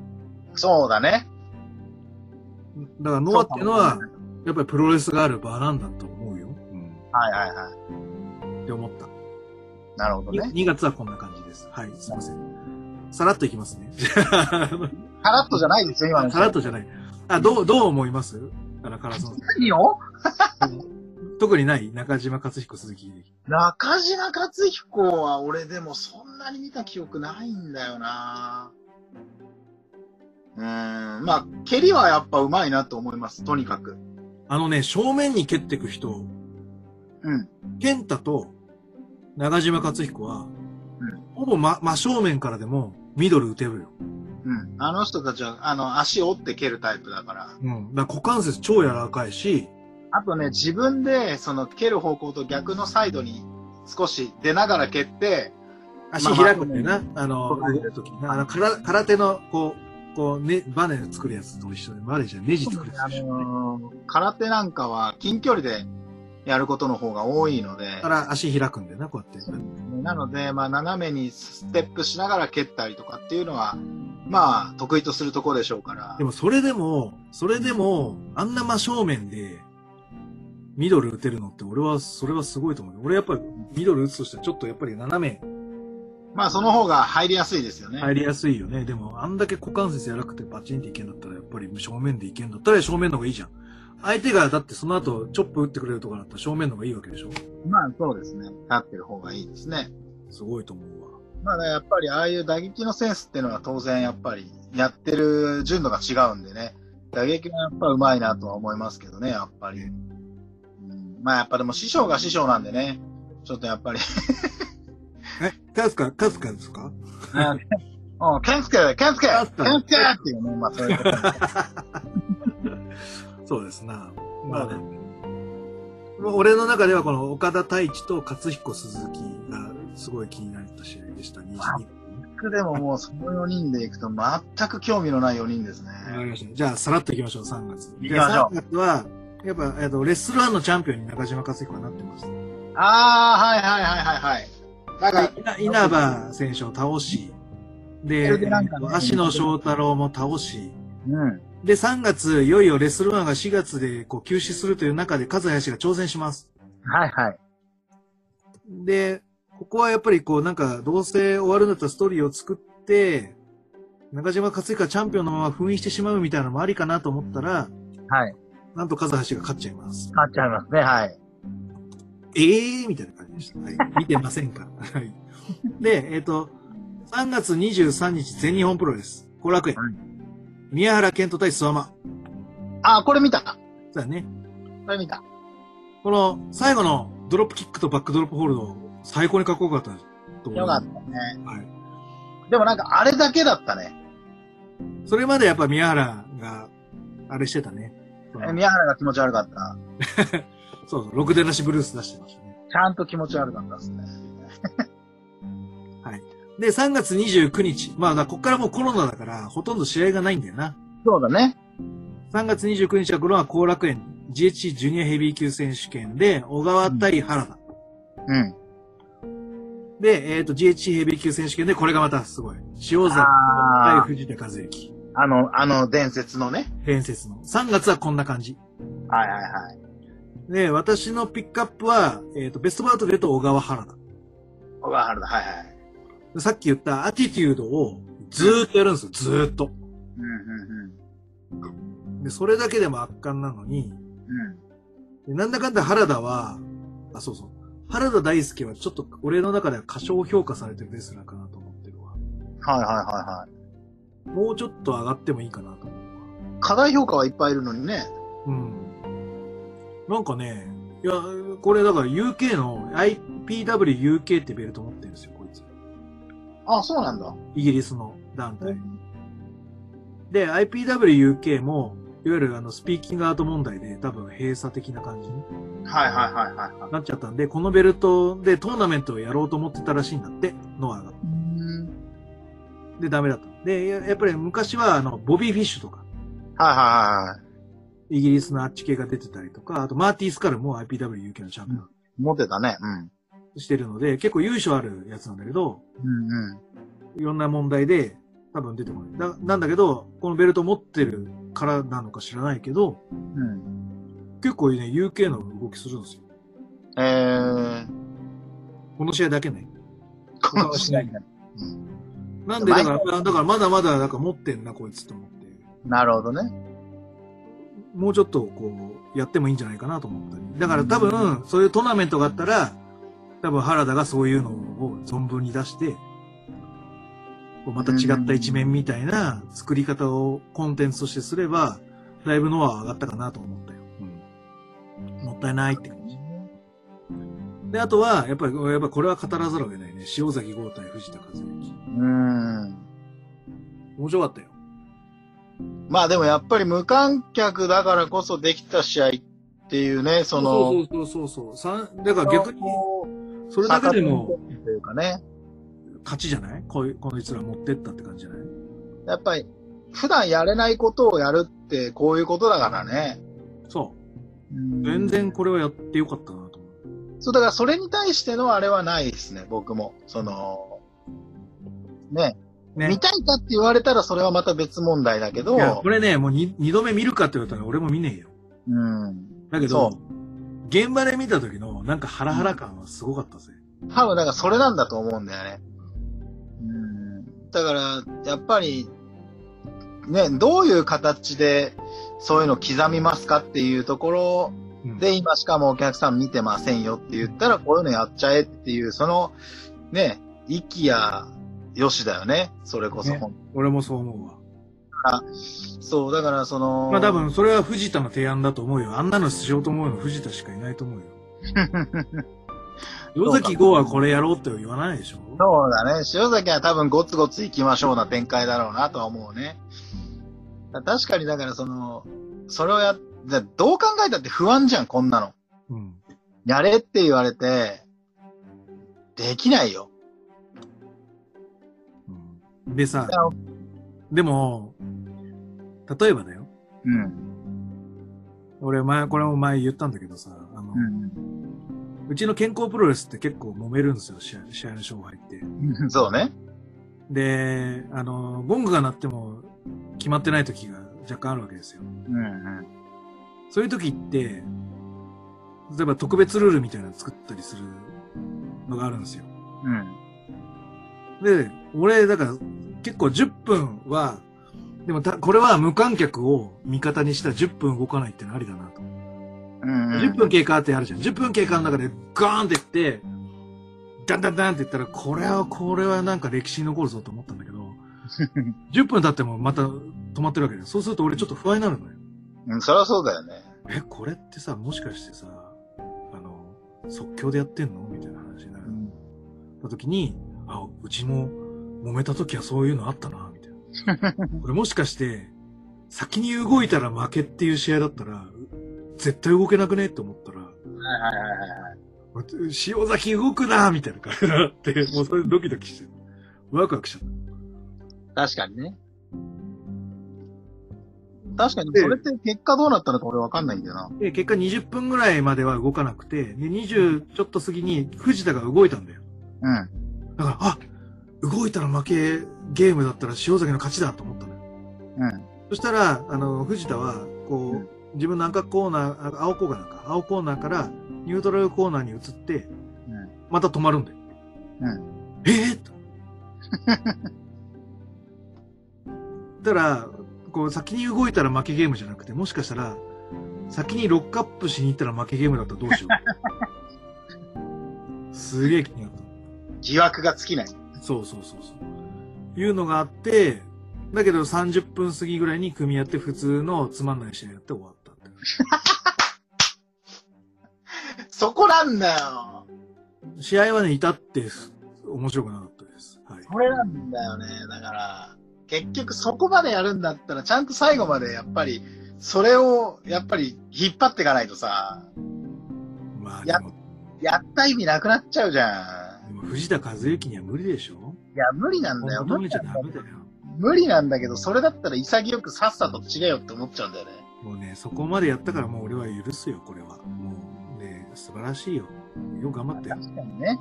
S2: そうだね。
S1: だからノアっていうのは、やっぱりプロレスがある場なんだと思うよ。う
S2: はいはいは
S1: ん。って思った。
S2: い。なるほどね。
S1: 2月はこんな感じです。はい、すいません。さらっといきますね。
S2: カラッとじゃないですよ、今の人。
S1: さらっとじゃない。あ、どう、どう思いますあの、カラスの。
S2: 何を
S1: 特にない中島克彦鈴木秀樹。
S2: 中島克彦は俺でもそんなに見た記憶ないんだよなうーん、まあ、蹴りはやっぱうまいなと思います、とにかく。
S1: あのね、正面に蹴ってく人、
S2: うん。
S1: 健太と中島克彦は、
S2: うん
S1: ほぼ真真正面からでもミドル打てるよ。
S2: うん。あの人たちは、あの、足折って蹴るタイプだから。
S1: うん。だから股関節超柔らかいし、
S2: あとね、自分で、その、蹴る方向と逆のサイドに少し出ながら蹴って、
S1: 足開くんだよ
S2: ま
S1: な。あの、
S2: そう
S1: 動くときな。あの、から空手の、こう、こう、ね、バネ作るやつと一緒で、バネじゃんネジ作るや
S2: あ
S1: つと一緒で。
S2: のー空手なんかは近距離でやることの方が多いので、
S1: から足開くんだよな、こうやって。
S2: なので、まあ、斜めにステップしながら蹴ったりとかっていうのは、まあ、得意とするところでしょうから。
S1: でも、それでも、それでも、あんな真正面で、ミドル打てるのって、俺は、それはすごいと思うよ。俺やっぱり、ミドル打つとしたら、ちょっとやっぱり斜め
S2: まあ、その方が入りやすいですよね。
S1: 入りやすいよね。でも、あんだけ股関節柔らかくてバチンっていけんだったら、やっぱり正面でいけんだったら、正面の方がいいじゃん。相手が、だってその後、チョップ打ってくれるとかだったら、正面の方がいいわけでしょ。
S2: まあ、そうですね。立ってる方がいいですね。
S1: すごいと思うわ。
S2: まあね、やっぱり、ああいう打撃のセンスっていうのは当然、やっぱり、やってる純度が違うんでね。打撃はやっぱうまいなとは思いますけどね、やっぱり。うん、まあ、やっぱでも師匠が師匠なんでね。ちょっとやっぱり、
S1: え、カズカ、カズカですか
S2: うん、ケンスケ、ケンスケ、
S1: あ
S2: ケ
S1: っ
S2: ン
S1: た
S2: スケっていうね、まあそういうこと。
S1: そうですな。まあね。まあ俺の中ではこの岡田太一と勝彦鈴木がすごい気になった試合でした。22
S2: 僕でももうその4人で行くと全く興味のない4人ですね。
S1: わかりました。じゃあ、さらっといきましょう、3月。
S2: 行きましょ
S1: 3
S2: う
S1: 月は、やっぱ、えっと、レッスルワンのチャンピオンに中島勝彦はなってます。
S2: ああ、はいはいはいはいはい。
S1: いな稲葉選手を倒し、で、
S2: それでなんかね
S1: 足野翔太郎も倒し、
S2: うん。
S1: で、3月、いよいよレッスルワンが4月でこう休止するという中で、和林が挑戦します。
S2: はいはい。
S1: で、ここはやっぱりこうなんか、どうせ終わるんだったらストーリーを作って、中島克彦がチャンピオンのまま封印してしまうみたいなのもありかなと思ったら、
S2: はい。
S1: なんと和橋が勝っちゃいます。
S2: 変わっちゃいますね、はい。
S1: ええー、みたいな感じでした。はい。見てませんから。 はい。で、えっ、と、3月23日全日本プロレス、後楽園。
S2: はい
S1: 宮原健人対諏訪間。
S2: ああ、これ見た。
S1: そうだね。
S2: これ見た。
S1: この最後のドロップキックとバックドロップホールド、最高にかっこよかったと思い
S2: よか
S1: ま
S2: っ
S1: す
S2: たね。
S1: はい。
S2: でもなんかあれだけだったね。
S1: それまでやっぱ宮原が、あれしてたね。その
S2: 宮原が気持ち悪かった。
S1: そうそう、ろくでなしブルース出してましたね。
S2: ちゃんと気持ち悪かったですね。
S1: で、3月29日。まあ、だからこっからもうコロナだから、ほとんど試合がないんだよな。
S2: そうだね。
S1: 3月29日は、これは後楽園 GHC ジュニアヘビー級選手権で、小川対原田。
S2: うん。
S1: で、えっ、と、GHC ヘビー級選手権で、これがまたすごい。塩崎対
S2: あー
S1: 藤田和之。
S2: あの、あの伝説のね。
S1: 伝説の。3月はこんな感じ。
S2: はいはいはい。
S1: で、私のピックアップは、えっ、と、ベストバウトで言うと小川原田。
S2: 小川原だ。はいはい。
S1: でさっき言ったアティテュードをずーっとやるんですよ。ずーっと。
S2: うんうん
S1: で、それだけでも圧巻なのに、
S2: う
S1: で
S2: ん。
S1: なんだかんだ原田は、あ、そうそう。原田大輔はちょっと俺の中では過小評価されてるレスラーかなと思ってるわ。
S2: うん。はいはいはいはい。
S1: もうちょっと上がってもいいかなと思うわ。
S2: 課題評価はいっぱいいるのにね。
S1: うん。なんかね、いや、これだから UK の IPWUK ってベルト持ってるんですよ、こいつ。
S2: あ、そうなんだ。
S1: イギリスの団体。で、IPWUK も、いわゆるあのスピーキングアート問題で多分閉鎖的な感じに
S2: はいはいはいはいはい。
S1: なっちゃったんで、このベルトでトーナメントをやろうと思ってたらしいんだって、ノアが。
S2: うん。
S1: で、ダメだった。で、ややっぱり昔はあの、ボビー・フィッシュとか、
S2: はいはいはいはい。
S1: イギリスのあっち系が出てたりとか、あとマーティー・スカルも IPWUK のチャンピオ
S2: モテたね。うん。
S1: ンしてるので、結構優勝あるやつなんだけど、
S2: うんうん。
S1: いろんな問題で多分出てこない。だなんだけど、このベルト持ってるからなのか知らないけど、
S2: うん。
S1: 結構ね、UK の動きするんですよ。
S2: えー。
S1: この試合だけね。
S2: この試合ね
S1: なんで、だから、だからまだまだ、なんか持ってんな、こいつと思って。
S2: なるほどね。
S1: もうちょっと、こう、やってもいいんじゃないかなと思ったり。だから多分、そういうトーナメントがあったら、多分原田がそういうのを存分に出して、こうまた違った一面みたいな作り方をコンテンツとしてすれば、だいぶのは上がったかなと思ったよ。もったいないって感じ。で、あとは、やっぱり、やっぱこれは語らざるを得ないね。塩崎豪対藤田和之。
S2: うん。
S1: 面白かったよ。
S2: まあでもやっぱり無観客だからこそできた試合っていうね、その、
S1: そうそうそうそうそう。さんだから逆に、それだけでも
S2: というかね、
S1: 勝ちじゃないこいこのいつら持ってったって感じじゃない
S2: やっぱり普段やれないことをやるってこういうことだからね。
S1: そうう。
S2: ん
S1: 全。然これはやってよかったなと思う。
S2: そう、だからそれに対してのあれはないですね、僕も。その、ね、
S1: ね
S2: 見。たいかって言われたらそれはまた別問題だけど
S1: い、や、これね、もうに二度目見るかって言われたら俺も見ねえよ。
S2: うん。
S1: だけど
S2: そ、
S1: 現場で見た時のなんかハラハラ感はすごかったぜ。
S2: 多分なんかそれなんだと思うんだよね。うん。だから、やっぱり、ね、どういう形でそういうの刻みますかっていうところ
S1: うん、
S2: で、今しかもお客さん見てませんよって言ったら、こういうのやっちゃえっていう、その、ね、息や、よしだよね。それこそ。
S1: ね俺もそう思うわ。
S2: そう、だからその、
S1: まあ多 分それは藤田の提案だと思うよ。あんなのしようと思うの藤田しかいないと思うよ。
S2: う
S1: 岩
S2: か
S1: 崎剛はこれやろうって言わないでしょ
S2: そうだね。塩崎は多分ゴツゴツ行きましょうな展開だろうなとは思うね。確かにだからその、それをやっ、だどう考えたって不安じゃん、こんなの。
S1: うん。
S2: やれって言われて、できないよ。
S1: うんでさ
S2: だ、から
S1: でも、例えばだよ。
S2: うん。
S1: 俺前、これも前言ったんだけどさ、あの、
S2: う
S1: うちの健康プロレスって結構揉めるんですよ、試合試合の勝敗って。
S2: ん。そうね。
S1: で、あの、ゴングが鳴っても決まってない時が若干あるわけですよ。
S2: うんうん。
S1: そういう時って、例えば特別ルールみたいなの作ったりするのがあるんですよ。
S2: うん。
S1: で、俺、だから、結構10分は、でもた、これは無観客を味方にしたら10分動かないってのありだなと。
S2: うん、うん。
S1: 10分経過ってあるじゃん。10分経過の中でガーンっていって、ダンダンダンっていったら、これは、これはなんか歴史に残るぞと思ったんだけ ど、10分経ってもまた止まってるわけだよ。そうすると俺ちょっと不安になるのよ。
S2: うん、そりゃそうだよね。
S1: え、これってさ、もしかしてさ、あの、即興でやってんのみたいな話になった時に、あ、うちも揉めた時はそういうのあったな、みたい な。これもしかして、先に動いたら負けっていう試合だったら、絶対動けなくねって思ったら、
S2: はいはいはいはいはい。
S1: 塩崎動くなみたいな感じになって、もうそれドキドキして、ワクワクしちゃっ
S2: 確かにね。確かに、それって結果どうなったのか俺わかんないんだよな。
S1: た。で、結果20分ぐらいまでは動かなくて、で、20ちょっと過ぎに藤田が動いたんだよ。
S2: うん。
S1: だから、あ動いたら負けゲームだったら塩崎の勝ちだと思ったのよ。
S2: うん。
S1: そしたら、あの、藤田は、こ
S2: うん
S1: う、自分の赤コーナー、あ青コーナーか、青コーナーからニュートラルコーナーに移って、
S2: うん
S1: また止まるんだよ。
S2: うん。
S1: ええ と。たら、こう、先に動いたら負けゲームじゃなくて、もしかしたら、先にロックアップしに行ったら負けゲームだったらどうしよ う。すげえ気になった。
S2: 疑惑が尽きない。
S1: そうそうそうそう。いうのがあって、だけど30分過ぎぐらいに組み合って普通のつまんない試合やって終わったって。
S2: そこなんだよ。
S1: 試合はね、至って面白くなかったです。はい。
S2: これなんだよね。だから、結局そこまでやるんだったら、ちゃんと最後までやっぱり、それをやっぱり引っ張っていかないとさ、
S1: まあ
S2: や
S1: でも、
S2: やった意味なくなっちゃうじゃん。
S1: でも藤田和之には無理でしょ
S2: いや、無理なんだよ。
S1: 求
S2: 無
S1: め
S2: 理
S1: ちゃ
S2: なんだ
S1: ダ
S2: よ
S1: メだよ。
S2: 無理なんだけど、それだったら潔くさっさと違えよって思っちゃうんだよね。
S1: もうね、そこまでやったからもう俺は許すよ、これは。もうね、素晴らしいよ。よく頑張ったよ。
S2: 確かにね。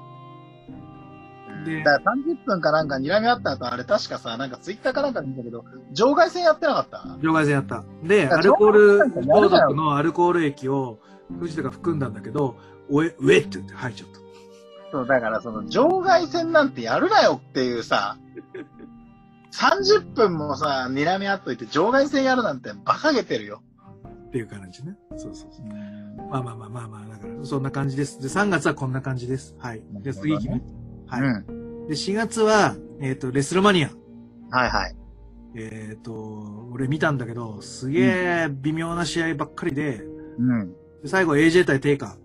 S1: で
S2: だから30分かなんか睨み合った後、あれ確かさ、なんかツイッターかなんかで見たけど、場外戦やってなかった
S1: 場外戦やった。で、
S2: や
S1: アルコール
S2: 場外戦なんかや
S1: 消
S2: るなよ
S1: 毒のアルコール液を藤田が含んだんだけど、おえ、うえって言って吐いちゃった。
S2: そう、だからその場外戦なんてやるなよっていうさ、30分もさ、睨み合っといて場外戦やるなんて馬鹿げてるよ。
S1: っていう感じね。そうそうそう。まあまあまあまあまあ、だから、そんな感じです。で、3月はこんな感じです。はい。で、次行きます。はい。
S2: うん。
S1: で、4月は、えっ、と、レスルマニア。
S2: はいはい。
S1: えっ、と、俺見たんだけど、すげえ微妙な試合ばっかりで、
S2: うん。
S1: で最後 AJ 対テイカ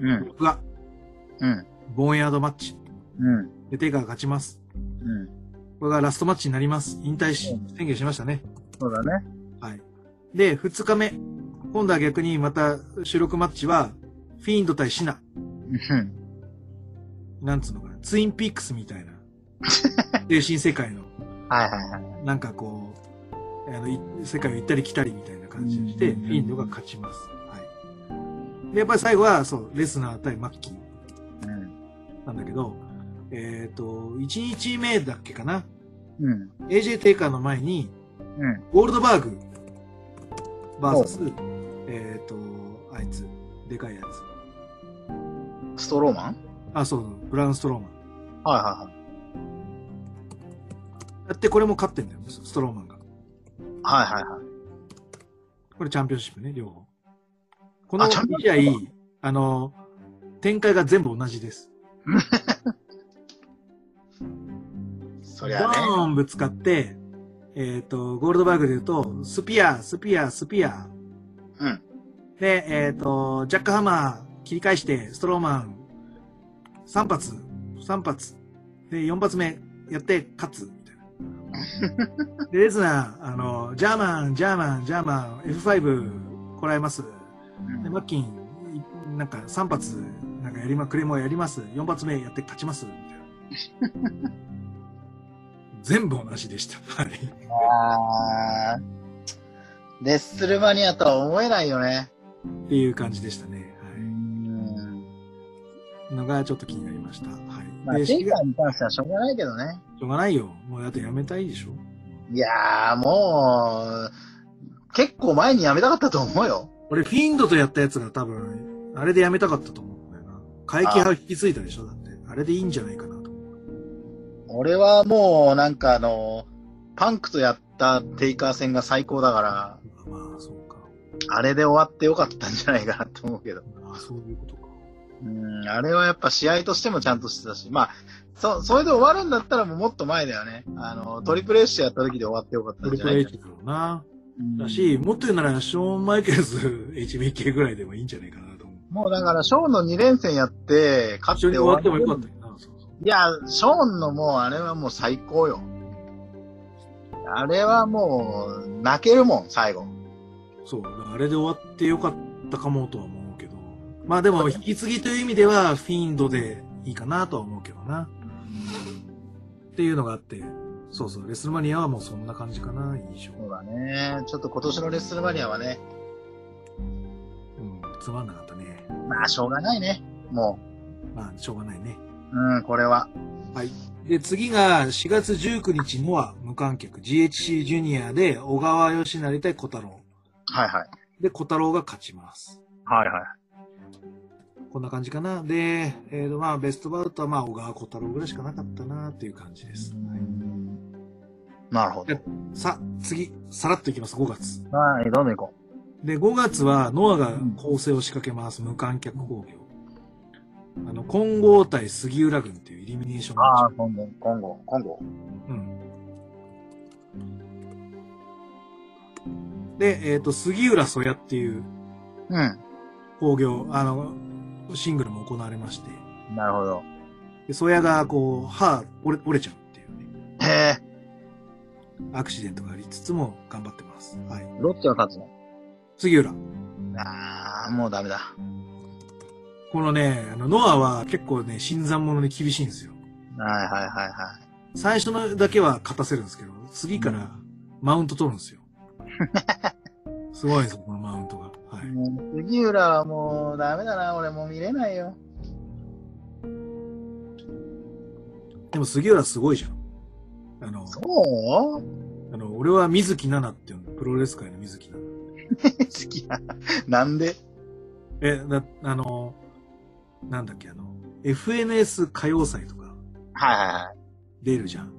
S2: う
S1: ー。
S2: ん。
S1: 僕が、
S2: うん。
S1: ボーンヤードマッチ。
S2: うん。
S1: で、テイカーが勝ちます。
S2: うん。
S1: これがラストマッチになります。引退し、宣言しましたね。
S2: そうだね。
S1: はい。で、2日目。今度は逆にまた収録マッチは、フィーンド対シナ。
S2: うん。
S1: なんつうのかな。ツインピークスみたいな。精神世界の、
S2: はいはいはい。
S1: なんかこう、あの、い世界を行ったり来たりみたいな感じにして、
S2: う
S1: フ
S2: ん
S1: ィーンドが勝ちます。はい。で、やっぱり最後は、そう、レスナー対マッキー。
S2: うん。
S1: なんだけど、えっ、と、1日目だっけかな。
S2: うん。
S1: AJ テイカーの前に、
S2: うん。
S1: ゴールドバーグ、バーサス、えっ、と、あいつ、でかいやつ。
S2: ストローマン
S1: あ、そう、ブラウンストローマン。
S2: はいはいはい。
S1: やって、これも勝ってんだよ、ストローマンが。
S2: はいはいはい。
S1: これチャンピオンシップね、両方。この
S2: あチャンピオンシップ
S1: 2試合、あの、展開が全部同じです。
S2: そり
S1: ド
S2: ゃね。
S1: ーンぶつかって、えっ、と、ゴールドバーグで言うと、スピア、スピア、スピア。
S2: うん。
S1: で、えっ、と、ジャックハマー、切り返して、ストローマン、3発、3発。で、4発目、やって、勝 つ。みたいなで、レズナー、あの、ジャーマン、ジャーマン、ジャーマン、F5、こらえます。で、マッキン、いなんか3発、なんかやりま、クレームをやります。4発目やって勝ちます。みたいな。 全部同じでした。はい。
S2: あーレッスルマニアとは思えないよね。
S1: っていう感じでしたね。
S2: う
S1: は
S2: ん。
S1: い。のがちょっと気になりました。は
S2: まあ、
S1: い。
S2: テ
S1: で、
S2: イ
S1: し
S2: カーに関してはしょうがないけどね。
S1: ょうがないよ。もうだってやめたいでしょ。
S2: いやー、もう、結構前にやめたかったと思うよ。
S1: 俺、フィンドとやったやつが多分、あれでやめたかったと思うんだよな。会期派を引き継いだでしょだって。あれでいいんじゃないかなと。
S2: 俺はもう、なんかあの、パンクとやったテイカー戦が最高だから、
S1: まあ、そうか。
S2: あれで終わってよかったんじゃないかなと思うけど。
S1: まあ、そういうことか。
S2: うん、あれはやっぱ試合としてもちゃんとしてたし、まあ、そ、それで終わるんだったらもうもっと前だよね。あの、トリプル H やった時で終わってよかった
S1: ト
S2: ん
S1: リ
S2: じゃ
S1: プ
S2: な
S1: ル
S2: いか
S1: H だろうな。
S2: うん
S1: だし、もっと言うなら、ショーン・マイケルズ HBK ぐらいでもいいんじゃないかなと思う。
S2: もうだから、ショーンの2連戦やって、勝
S1: 一緒
S2: っ
S1: に
S2: て
S1: 終わって
S2: 終
S1: もよ
S2: わる
S1: かったよな。そうそう
S2: いや、ショーンのもう、あれはもう最高よ。あれはもう、泣けるもん、最後。
S1: そう、だからあれで終わってよかったかもとは思うけど。まあでも、引き継ぎという意味では、フィンドでいいかなとは思うけどな。っていうのがあって、そうそう、レスルマニアはもうそんな感じかな、印象。
S2: そうだね。ちょっと今年のレッスルマニアはね、
S1: うん、つまんなかったね。
S2: まあ、しょうがないね。も
S1: まあ、しょうがないね。
S2: う。うん、これは。
S1: で、次が4月19日、モア無観客、GHC ジュニアで、小川義成対小太郎。
S2: はいはい。
S1: で、小太郎が勝ちます。
S2: はいはい。
S1: こんな感じかな。で、えっ、と、まあ、ベストバウトは、まあ、小川小太郎ぐらいしかなかったなっていう感じです。
S2: なるほど。
S1: さあ、次、さらっといきます、5月。
S2: はい、どんどん行こ
S1: で、5月は、ノアが構成を仕掛けます、無観客工業。あの、混合対杉浦軍っていうイルミネーション
S2: う。あ
S1: マ
S2: あ、今後、今後、今後。
S1: ッチうん。で、えっ、と、杉浦曽谷っていう
S2: うん。
S1: 工業、あの、シングルも行われまして、
S2: なるほど。
S1: で曽谷が、こう、歯折れ折れちゃうっていうね。
S2: へえ、
S1: アクシデントがありつつも頑張ってます。はい。
S2: どっちが勝つの
S1: 杉浦。
S2: ああ、もうダメだ。
S1: このね、あの、ノアは結構ね、新参者に厳しいんですよ。
S2: はいはいはいは。
S1: 最初のだけは勝たせるんですけど、次からマウント取るんですよ。すごいんですよ、このマウントが。はいい。
S2: もう杉浦はもうダメだな。俺もう見れないよ。
S1: でも杉浦すごいじゃん。あの、
S2: そう
S1: あの俺は水木奈々っていうの、プロレス界の水木奈々。
S2: 好きな。 なんで
S1: え、だ、あの、なんだっけ、あの、FNS 歌謡祭とか
S2: はいはいはい。水
S1: 出るじゃん。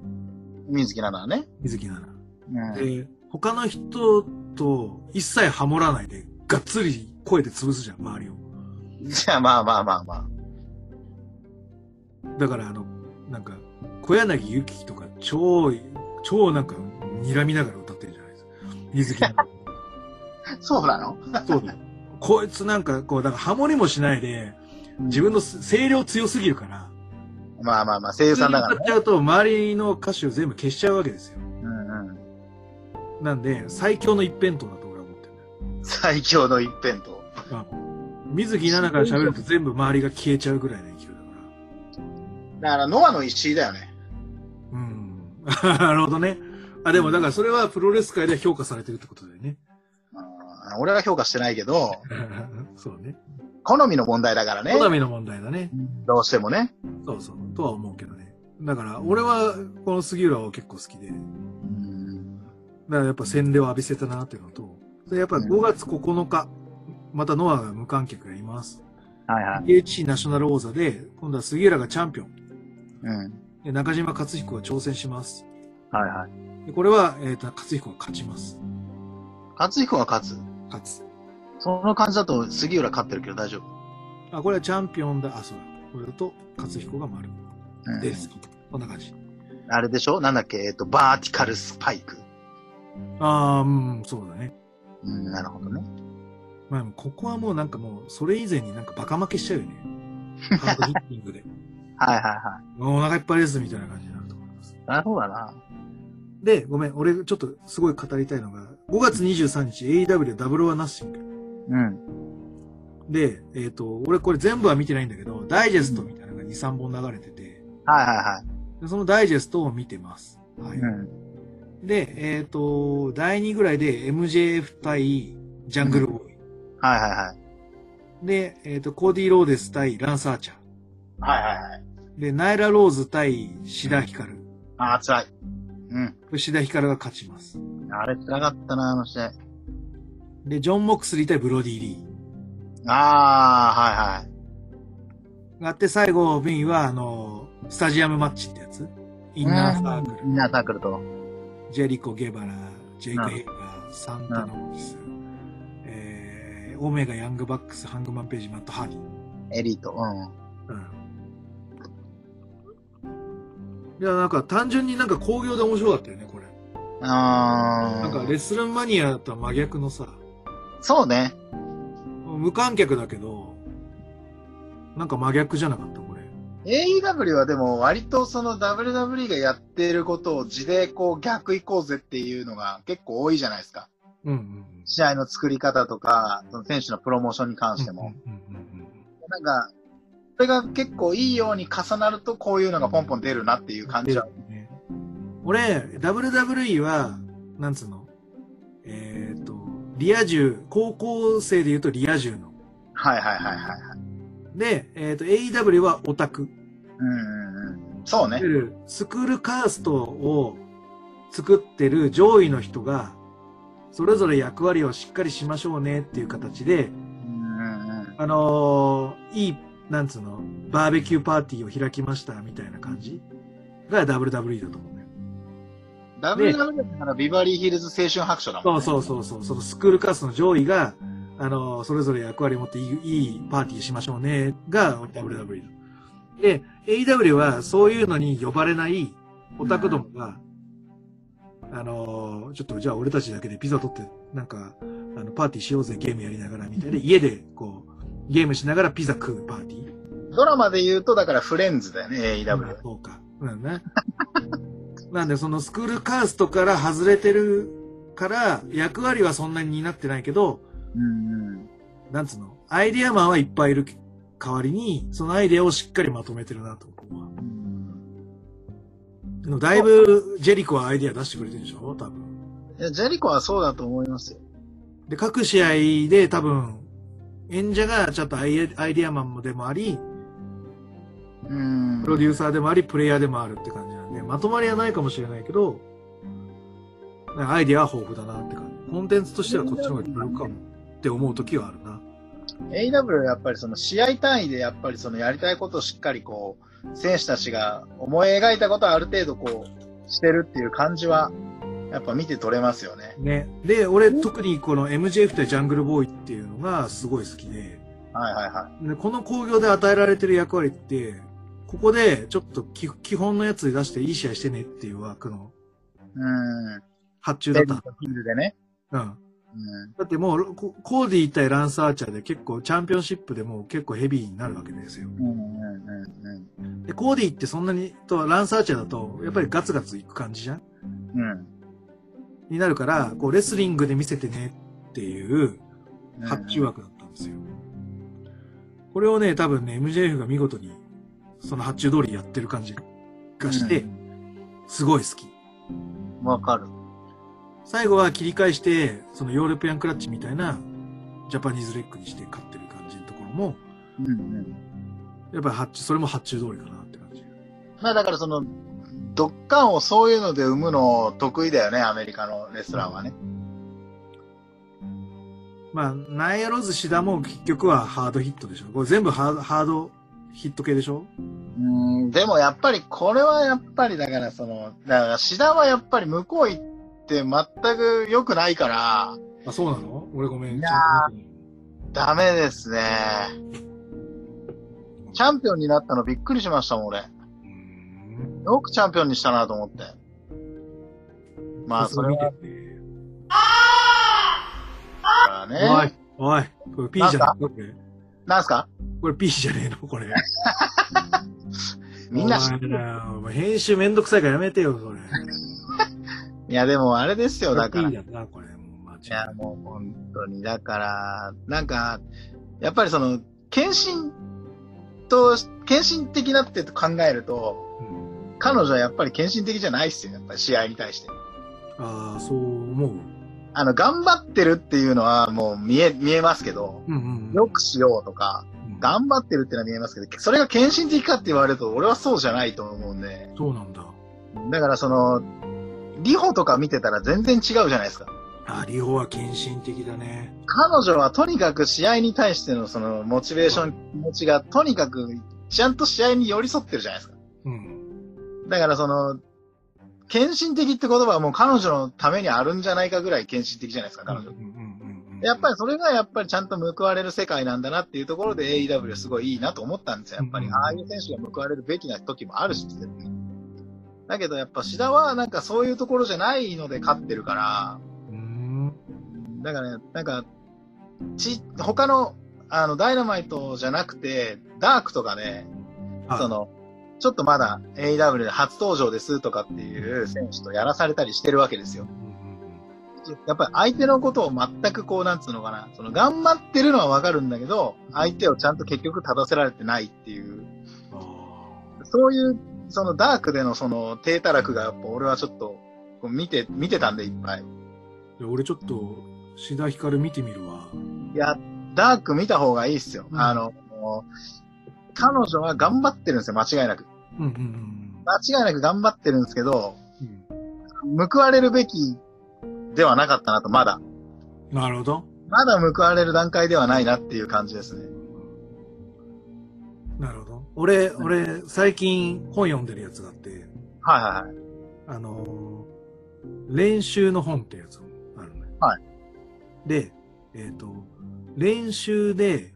S2: 水木なのはね。
S1: 水木奈々。
S2: うん。
S1: で、他の人と一切ハモらないで、がっつり声で潰すじゃん、周りを。
S2: じゃあまあまあまあまあ。
S1: だから、あの、なんか、小柳ゆきとか、超、超なんか、睨みながら歌ってるじゃないですか。水木なん か
S2: そうなの
S1: そうだよこいつなんか、こう、だからハモりもしないで、自分の声量強すぎるから、
S2: まあまあまあ、声優さんだから
S1: 普通に歌っ。
S2: ね
S1: ちゃうと、周りの歌手を全部消しちゃうわけですよ。
S2: うんうん。
S1: なんで、最強の一辺倒だと俺は思ってる。
S2: 最強の一辺倒。
S1: あ水木奈々から喋ると全部周りが消えちゃうぐらいの勢いだから。
S2: だから、ノアの石井だよね。
S1: うん。 なるほどね。あ、でもだからそれはプロレス界では評価されてるってことだよね。
S2: うん俺は評価してないけど、
S1: そうね。
S2: 好みの問題だからね。
S1: 好みの問題だね。
S2: どうしてもね。
S1: そうそう。とは思うけどね。だから俺はこの杉浦は結構好きで、だからやっぱ洗礼を浴びせたなっていうのと、でやっぱ5月9日、またノアが無観客やります。
S2: はいはい。
S1: h ナショナル王座で、今度は杉浦がチャンピオン。
S2: うん。
S1: で中島克彦が挑戦します。
S2: はいはい。
S1: でこれは、えっ、と、克彦が勝ちます。
S2: 勝彦が勝つ。
S1: 勝つ。
S2: その感じだと杉浦勝ってるけど大丈夫。
S1: あ、これはチャンピオンだ。あ、そうだ。これだと、克彦が丸。
S2: うん
S1: です。こんな感じ。
S2: あれでしょなんだっけえっと、バーティカルスパイク。
S1: ああ、うん、そうだね。
S2: うん、なるほどね。
S1: まあ、でもここはもうなんかもう、それ以前になんかバカ負けしちゃうよね。ハードヒッティングで。
S2: はいはいは
S1: もうお腹いっぱいですみたいな感じになると思います。
S2: い。なるほどだな。
S1: で、ごめん、俺ちょっとすごい語りたいのが、5月23日 AEW ダブルはナッシング。
S2: うん。
S1: で、えっ、と、俺これ全部は見てないんだけど、ダイジェストみたいなのが2、3本流れてて、
S2: はいはいはい。
S1: でそのダイジェストを見てます。はい。
S2: うん。
S1: で、えっ、と、第2ぐらいで MJF 対ジャングルボーイ。
S2: はいはいはい。
S1: で、えっ、と、コーディ・ローデス対ランサーチャ
S2: はいはいはい。
S1: ー。で、ナイラ・ローズ対シダヒカル。
S2: ああ、辛い。う
S1: シダヒカルが勝ちます。
S2: ん。あれ辛かったな、あの試合。
S1: で、ジョン・モックスリー対ブロディ・リ
S2: ああ、はいはい。
S1: ー。があって、最後、メインは、あの、スタジアムマッチってやつ。インナーサーク
S2: イ
S1: ル
S2: ン、ナーサークルと。
S1: ジェリコ・ゲバラ、ジェイク・ヘイガー、サンタ・ノース、えー、オメガ・ヤング・バックス、ハングマン・ページ、マット・ハリー。
S2: エリート。うん。
S1: いや、なんか単純になんか興行で面白かったよね、これ。
S2: あ
S1: なんか
S2: ー
S1: レスルマニアとは真逆のさ、
S2: そうね。
S1: 無観客だけど、なんか真逆じゃなかった、これ。
S2: AEW はでも割とその WWE がやっていることを地でこう逆行こうぜっていうのが結構多いじゃないですか。
S1: うんうん。
S2: 試合の作り方とか、その選手のプロモーションに関しても。
S1: うんうんうん
S2: なんか、これが結構いいように重なるとこういうのがポンポン出るなっていう感じは。
S1: うんね俺、WWE は、なんつうのえっ、と、リア充、高校生で言うとリア充の。
S2: はいはいはいはい。
S1: で、えっ、と、AEW はオタク。
S2: うんうんうん。そうね。
S1: スクールカーストを作ってる上位の人が、それぞれ役割をしっかりしましょうねっていう形で、
S2: うんうんうん。
S1: あのーいい、なんつうの、バーベキューパーティーを開きましたみたいな感じが WWE だと思うね。
S2: WWE からビバリーヒルズ青春白書だもん
S1: そ
S2: ね。
S1: うそうそうそう、そのスクールカーストの上位が、あの、それぞれ役割を持っていいいいパーティーしましょうね、が WW だ。で、AW はそういうのに呼ばれないオタクどもが、あの、ちょっとじゃあ俺たちだけでピザ取って、なんか、あの、パーティーしようぜ、ゲームやりながらみたいで、家でこう、ゲームしながらピザ食うパーティー。
S2: ドラマで言うと、だからフレンズだよね、AEW
S1: あ。そうか。うんね。 なんで、そのスクールカーストから外れてるから、役割はそんなに担ってないけど、
S2: うんうん。
S1: なんつうの、アイデアマンはいっぱいいる代わりに、そのアイデアをしっかりまとめてるなと思うわでもだいぶ、ジェリコはアイデア出してくれてるでしょ多分。
S2: いやジェリコはそうだと思いますよ。
S1: で、各試合で多分、演者がちょっとアイデアアイデアマンでもあり、
S2: うん
S1: プロデューサーでもあり、プレイヤーでもあるって感じなんで、まとまりはないかもしれないけど、なんかアイデアは豊富だなって感じ。コンテンツとしてはこっちの方がいいかもって思う時はあるな。
S2: AW はやっぱりその試合単位でやっぱりそのやりたいことをしっかりこう、選手たちが思い描いたことをある程度こう、してるっていう感じは、やっぱ見て取れますよね。
S1: ね。で、俺特にこの MJF 対ジャングルボーイっていうのがすごい好きで、
S2: はいはいは
S1: でこの工業で与えられてる役割って、ここでちょっとき基本のやつ出していい試合してねっていう枠の
S2: い。うん。
S1: 発注だっ
S2: テレビと
S1: た。
S2: ヒールでね。
S1: うん。
S2: うん。
S1: だってもう、こコーディ対ランサーチャーで結構チャンピオンシップでもう結構ヘビーになるわけですよ。
S2: うんうんうん
S1: で、コーディってそんなに、とランサーチャーだとやっぱりガツガツいく感じじゃん
S2: うん。うん
S1: になるから、こうレスリングで見せてねっていう
S2: うん。
S1: 発注枠だったんですよ。これをね、多分ね、MJF が見事にその発注通りやってる感じがして、
S2: うん
S1: すごい好き。
S2: わかる。
S1: 最後は切り返して、そのヨーロピアンクラッチみたいなジャパニーズレッグにして勝ってる感じのところも、
S2: うんうん。
S1: やっぱり発注、それも発注通りかなって感じ。
S2: まあだからその、ドッカンをそういうので生むの得意だよね、アメリカのレスラーはね。
S1: まあ、ナイアロズシダも結局はハードヒットでしょ。これ全部ハードハードヒット系でしょ
S2: うん、でもやっぱりこれはやっぱりだからその、だから志田はやっぱり向こう行って全く良くないから、
S1: あ、そうなの俺ごめん。
S2: いやー
S1: ちゃんと見て
S2: ダメですね。チャンピオンになったのびっくりしましたもん、俺。
S1: ないうん
S2: よくチャンピオンにしたなと思って。まあ、それは
S1: う見てておい
S2: ね。、
S1: おい、これ P じゃないこれ。
S2: なんすか
S1: これ P じゃねえのこれ。
S2: みんな知っ
S1: お前らお前編集めんどくさいからやめてよ、それ。
S2: いや、でもあれですよ、だから
S1: P。だな、これ。もう間違
S2: い
S1: いない
S2: や、もう本当に、だから、なんか、やっぱりその、献身と、献身的なって考えると、
S1: うん
S2: 彼女はやっぱり献身的じゃないっすよ、やっぱり試合に対して。
S1: ああ、そう思う。
S2: あの、頑張ってるっていうのはもう見え、見えますけど、
S1: うんうんうん。
S2: よくしようとか、
S1: うん
S2: 頑張ってるってのは見えますけど、それが献身的かって言われると、俺はそうじゃないと思うんで、
S1: そうなんだ。
S2: だからその、リホとか見てたら全然違うじゃないですか。
S1: あ、リホは献身的だね。
S2: 彼女はとにかく試合に対してのそのモチベーション、気持ちがとにかくちゃんと試合に寄り添ってるじゃないですか。
S1: うん。
S2: だからその、献身的って言葉はもう彼女のためにあるんじゃないかぐらい献身的じゃないですか、彼女。
S1: うんうんうんうん、
S2: やっぱりそれがやっぱりちゃんと報われる世界なんだなっていうところで AEW すごいいいなと思ったんですよ。やっぱり
S1: うん
S2: ああいう選手が報われるべきな時もあるし、絶対だけどやっぱ志田はなんかそういうところじゃないので勝ってるから、
S1: うーん。
S2: だから、ね、なんか、ち、他のあの、ダイナマイトじゃなくて、ダークとかね、
S1: はい
S2: その、ちょっとまだ AW で初登場ですとかっていう選手とやらされたりしてるわけですよ。
S1: うん
S2: やっぱり相手のことを全くこう、なんつうのかな、その頑張ってるのはわかるんだけど、相手をちゃんと結局立たせられてないっていう、
S1: うんあ
S2: そういう、そのダークでのその低たらくがやっぱ俺はちょっと、こう見て、見てたんでいっぱい。
S1: ーいや俺ちょっと、志田ひかる見てみるわ。
S2: いや、ダーク見た方がいいっすよ。
S1: うん
S2: あの、もう彼女は頑張ってるんですよ、間違いなく。
S1: うんうん
S2: 間違いなく頑張ってるんですけど、
S1: うん
S2: 報われるべきではなかったなと、まだ。
S1: うん。なるほど。
S2: まだ報われる段階ではないなっていう感じですね。
S1: なるほど。俺、俺、最近本読んでるやつがあって、
S2: はいはいはい。
S1: あのー練習の本ってやつもあるね。
S2: はい。
S1: で、えっ、と、練習で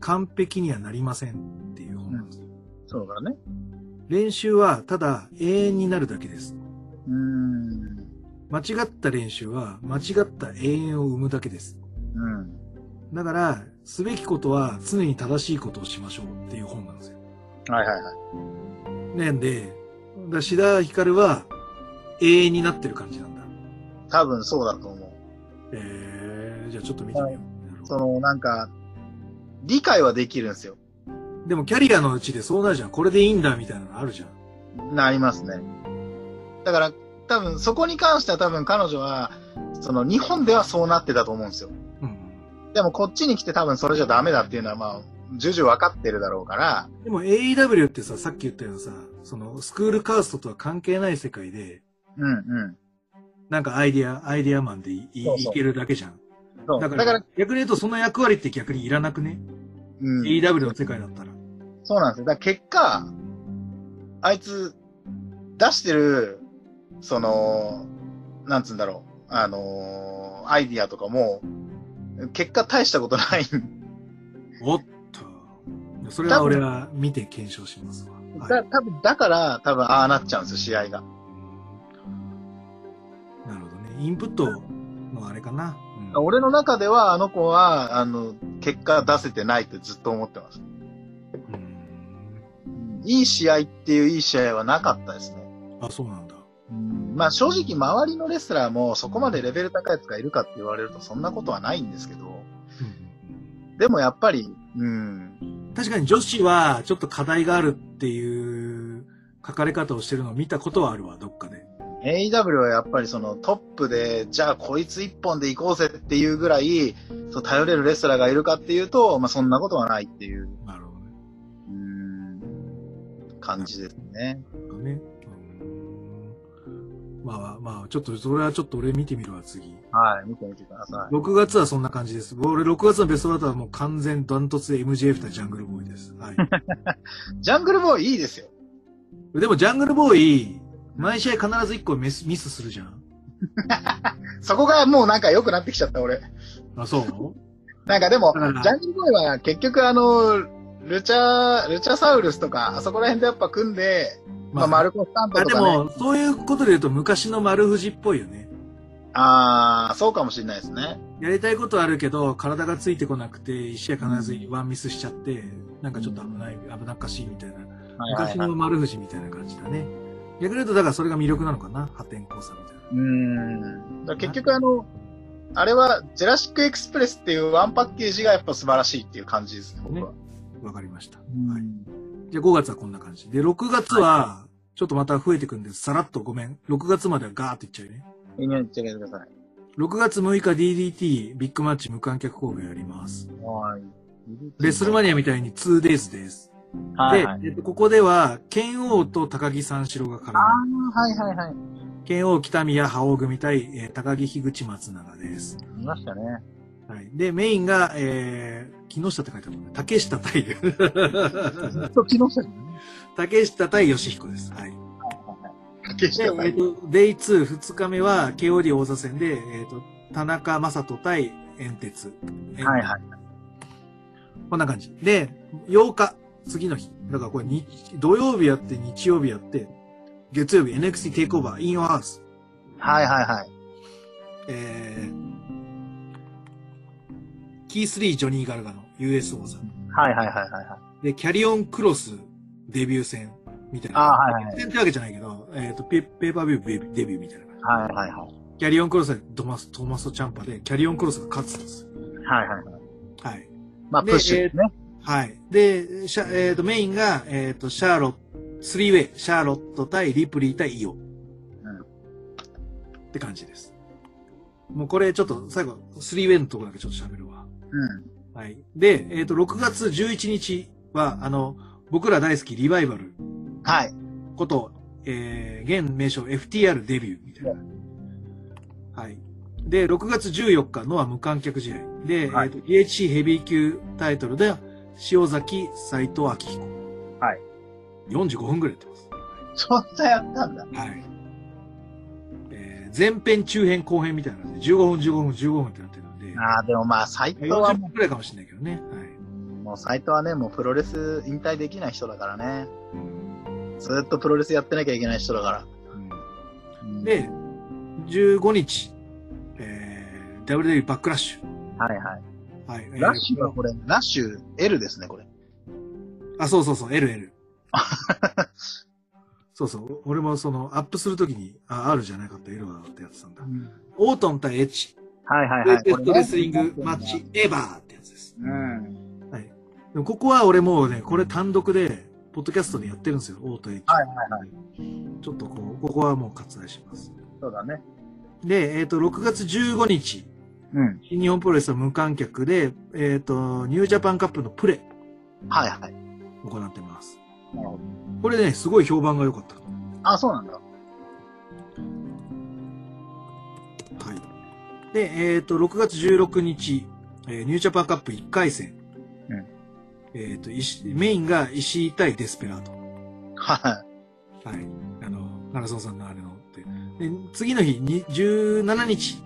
S1: 完璧にはなりませんっていう本なんですよ。
S2: そうだね。
S1: 練習はただ永遠になるだけです。
S2: うーん。
S1: 間違った練習は間違った永遠を生むだけです。
S2: うん。
S1: だから、すべきことは常に正しいことをしましょうっていう本なんですよ。
S2: はいはいはい。
S1: なんで、だ志田ひかるは永遠になってる感じなんだ。
S2: 多分そうだと思う。
S1: えー、じゃあちょっと見てみよう。なるほ
S2: そ
S1: ど
S2: の、なんか、理解はできるんですよ。
S1: でもキャリアのうちでそうなるじゃん。これでいいんだみたいなのあるじゃん。
S2: なりますね。だから、多分そこに関しては多分彼女は、その日本ではそうなってたと思うんですよ。
S1: うん。
S2: でもこっちに来て多分それじゃダメだっていうのはまあ、重々分かってるだろうから、
S1: でも AEW ってさ、さっき言ったようなさ、そのスクールカーストとは関係ない世界で、
S2: うんうん。
S1: なんかアイディア、アイディアマンでいい
S2: そうそう
S1: いけるだけじゃん。
S2: そう
S1: だ
S2: だ
S1: か
S2: からら、
S1: 逆に言うとその役割って逆にいらなくね。
S2: うん、
S1: AEW の世界だったら。
S2: そうなんですよ。だから結果、あいつ、出してる、その、なんつうんだろう、あのーアイディアとかも、結果大したことない。
S1: おっと。それは俺は見て検証しますわ。は
S2: だ
S1: い、
S2: 多分だから、多分ああなっちゃうんですよ、試合が。
S1: なるほどね。インプットのあれかな。うん
S2: 俺の中では、あの子は、あの、結果出せてないってずっと思ってます。
S1: うん
S2: いい試合っていういい試合はなかったですね。
S1: あ、そうなんだ。
S2: まあ正直周りのレスラーもそこまでレベル高いやつがいるかって言われるとそんなことはないんですけど、でもやっぱり、うん、
S1: 確かに女子はちょっと課題があるっていう書かれ方をしてるのを見たことはあるわ、どっかで。
S2: AEW はやっぱりそのトップで、じゃあこいつ一本で行こうぜっていうぐらい、そう頼れるレスラーがいるかっていうと、まあそんなことはないっていう、
S1: なるほどね。
S2: うん、感じですね。
S1: なんかね。うんまあまあ、ちょっと、それはちょっと俺見てみるわ、次。
S2: はい、見てみてください。
S1: 6月はそんな感じです。俺、6月のベストバッターはもう完全ダントツで MJF 対ジャングルボーイです。はい。
S2: ジャングルボーイいいですよ。
S1: でも、ジャングルボーイ、毎試合必ず1個ミスミスするじゃん。
S2: そこがもうなんか良くなってきちゃった、俺。
S1: あ、そう
S2: なんかでも、ジ
S1: うん
S2: ャングルボーイは結局あの、ルチャ、ルチャサウルスとか、あそこら辺でやっぱ組んで、 まあ、マルコ・スタント
S1: あ、
S2: と
S1: で
S2: かね。
S1: も、そういうことで言うと昔の丸藤っぽいよね。
S2: ああ、そうかもしれないですね。
S1: やりたいことはあるけど、体がついてこなくて、一試合必ずワンミスしちゃって、なんかちょっと危ない、危なっかしいみたいな。
S2: はいは
S1: 昔
S2: いはい。
S1: の
S2: う
S1: 丸藤みたいな感じだね。逆に言うと、だからそれが魅力なのかな破天荒さみたいな。
S2: ーん。だから結局あの、あれは、ジェラシック・エクスプレスっていうワンパッケージがやっぱ素晴らしいっていう感じですね、僕は。
S1: わかりました。
S2: うん
S1: はい。じゃあ5月はこんな感じ。で、6月は、ちょっとまた増えてくんで、さらっとごめん。6月まではガーっていっちゃうね。
S2: イメージしてください。
S1: 6月6日 DDT ビッグマッチ無観客神戸やります。
S2: はい。
S1: レッスルマニアみたいに 2days です。
S2: はいはい。
S1: で、えっとここでは、剣王と高木三四郎が絡
S2: あ
S1: む。
S2: あ、はいはいはい。
S1: 剣王北宮覇王組対、えー高木樋口松永です。
S2: 見ましたね。
S1: はい。で、メインが、えー、木下って書いてあるのね竹下対、
S2: ず っと木下さんね。
S1: 竹下対吉彦です。はい。
S2: 竹
S1: で、
S2: 下
S1: え
S2: さ
S1: っ、
S2: ん。
S1: と、デイ2、2日目は、KOD 王座戦で、えっ、と、田中正人対炎鉄。
S2: はいはい。
S1: こんな感じ。で、8日、次の日。だからこれに、土曜日やって、日曜日やって、月曜日 NXT テイクオーバー、インオハウス。
S2: はいはいはい。
S1: えー、キースリー、ジョニー・ガルガの、 USO さん。
S2: はいはいはいはいはい。
S1: で、キャリオンクロスデビュー戦みたいな。
S2: あーはいはい
S1: デビュー戦ってわけじゃないけど、えっ、とペ、ペーパービューデビューみたいな感じ。
S2: はいはいはい。
S1: キャリオンクロスでトマス、トーマスとチャンパで、キャリオンクロスが勝つんですよ。
S2: はいはいはい。
S1: はい。
S2: まあ、
S1: で
S2: プッシュですね。
S1: はい。で、シャえっ、と、メインが、えっ、と、シャーロット、スリーウェイ、シャーロット対リプリー対イオ。って感じです。もうこれちょっと最後、スリーウェイのところだけちょっと喋るわ。
S2: う
S1: はい。で、えっ、と、6月11日は、あの、僕ら大好きリバイバル
S2: ん。はい。
S1: こと、えー、現名称 FTR デビューみたいな。はい。で、6月14日のは無観客試合。で、
S2: はい
S1: えっ、と、EHC ヘビー級タイトルで、塩崎斎藤明彦。
S2: はい。
S1: 45分ぐらいやってます。
S2: そんなやったんだ。
S1: はい。えー、前編、中編、後編みたいなので、15分、15分、15分ってなってるんで、
S2: ああ、でもまあ、斎藤は
S1: 40
S2: も
S1: 分くらいかもしれないけどね。はい。
S2: う、もう斎藤はね、もうプロレス引退できない人だからね。ずーっとプロレスやってなきゃいけない人だから。うん
S1: で、15日、えー、WWE バックラッシュ。
S2: はいは
S1: は
S2: い。
S1: い。
S2: ラッシュ
S1: えー
S2: はこれ、ラッシュ L ですね、これ。
S1: あ、そうそうそう、LL。そうそう、俺もその、アップするときに、あ、R じゃなかった、L だってやってたんだ。オートン対エッチ、
S2: はいはい
S1: ウェ
S2: はい。
S1: イテ
S2: こ
S1: ス
S2: れ
S1: ト
S2: ね
S1: レスリングマッチ。、エバーってやつです。
S2: うん。
S1: でもここは俺もうね、これ単独で、ポッドキャストでやってるんですよ、オートエッチ。
S2: はいはいはい。
S1: ちょっとこう、ここはもう割愛します。
S2: そうだね。
S1: で、えっ、と、6月15日、
S2: うん。
S1: 新日本プロレスは無観客で、えっ、と、ニュージャパンカップのプレ
S2: はいはい。
S1: ー行ってます。
S2: なるほど
S1: これね、すごい評判が良かった。
S2: あ、そうなんだ。
S1: はい。で、えっ、と、6月16日、えーニュージャパンカップ1回戦。
S2: うん
S1: えっ、と、石メインが石井対デスペラード。
S2: は
S1: はい。あの、マラソンさんのあれのって。で、次の日、に17日、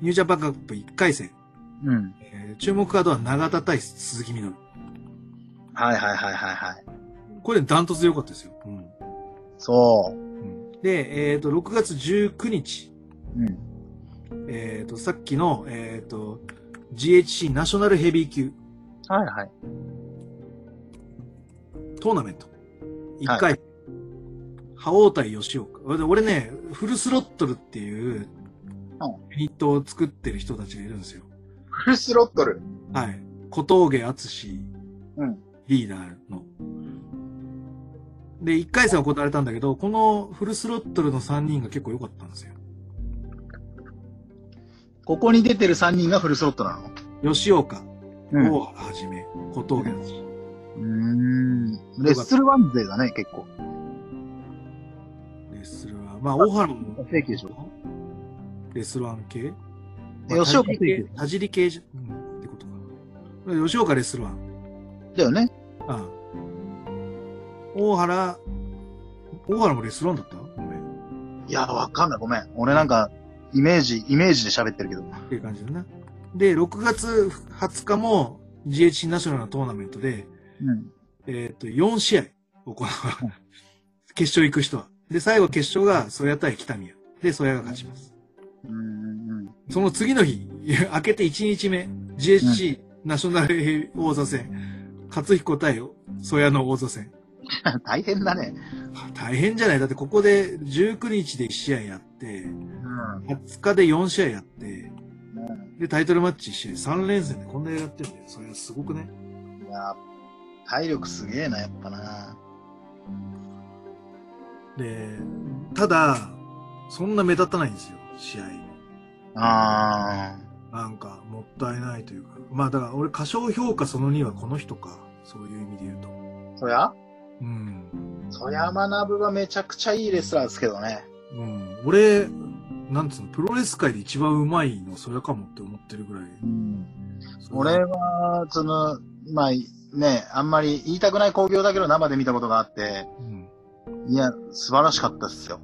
S1: ニュージャパンカップ1回戦。
S2: い。うん。
S1: えー注目カードは長田対鈴木みのる。
S2: はいはいはいはいはい。
S1: これダントツで良かったですよ。うん。
S2: そう。
S1: で、えっ、と、6月19日、
S2: うん。
S1: えっ、と、さっきの、えっ、と、GHC ナショナルヘビー級。
S2: はいはい。
S1: トーナメント。一回、覇王対吉岡。俺俺ね、フルスロットルっていう
S2: うん、
S1: ユニットを作ってる人たちがいるんですよ。
S2: フルスロットル。
S1: はい。小峠敦史
S2: うん。
S1: リーダーの。で、一回戦行われたんだけど、このフルスロットルの3人が結構良かったんですよ。
S2: ここに出てる3人がフルスロットなの
S1: 吉岡、
S2: う
S1: 大原はじめ、小峠敦史。
S2: うーん。レッスルワン勢だね、結構。
S1: レッスルは、まあ、大原も。
S2: 正規でし
S1: ょレスルワン系
S2: 吉岡正
S1: 系
S2: 規。
S1: 田尻系じゃ、うん、ってことか。吉岡レスルワン。
S2: だよね。
S1: ああ大原、大原もレストランだったごめん。
S2: いや、わかんない。ごめん。俺なんか、イメージ、イメージで喋ってるけど。
S1: っていう感じだな。で、6月20日も GHC ナショナルのトーナメントで、
S2: うん。
S1: えっ、と、4試合行われ決勝行く人は。で、最後決勝がソヤ対北宮。で、ソヤが勝ちます。
S2: うん。 うん。
S1: その次の日、 いや明けて1日目、GHC ナショナル王座戦、勝彦対ソヤの王座戦。
S2: 大変だね。
S1: 大変じゃないだってここで19日で1試合やって、
S2: うん。
S1: 20日で4試合やって、で、タイトルマッチして、3連戦でこんなやってるんだよ。それはすごくね。
S2: いや、体力すげえな、やっぱな。
S1: で、ただ、そんな目立たないんですよ、試合。
S2: あ
S1: なんか、もったいないというか。まあ、だから俺、過小評価その2はこの人か。そういう意味で言うと。
S2: ー。そりゃ
S1: うん。
S2: そりゃ学ぶはめちゃくちゃいいレスラーですけどね。
S1: うん。俺、なんつうの、プロレス界で一番うまいの、それかもって思ってるぐらい。
S2: うん。俺は、その、まあ、ね、あんまり言いたくない興行だけど生で見たことがあって、
S1: うん。
S2: いや、素晴らしかったっすよ。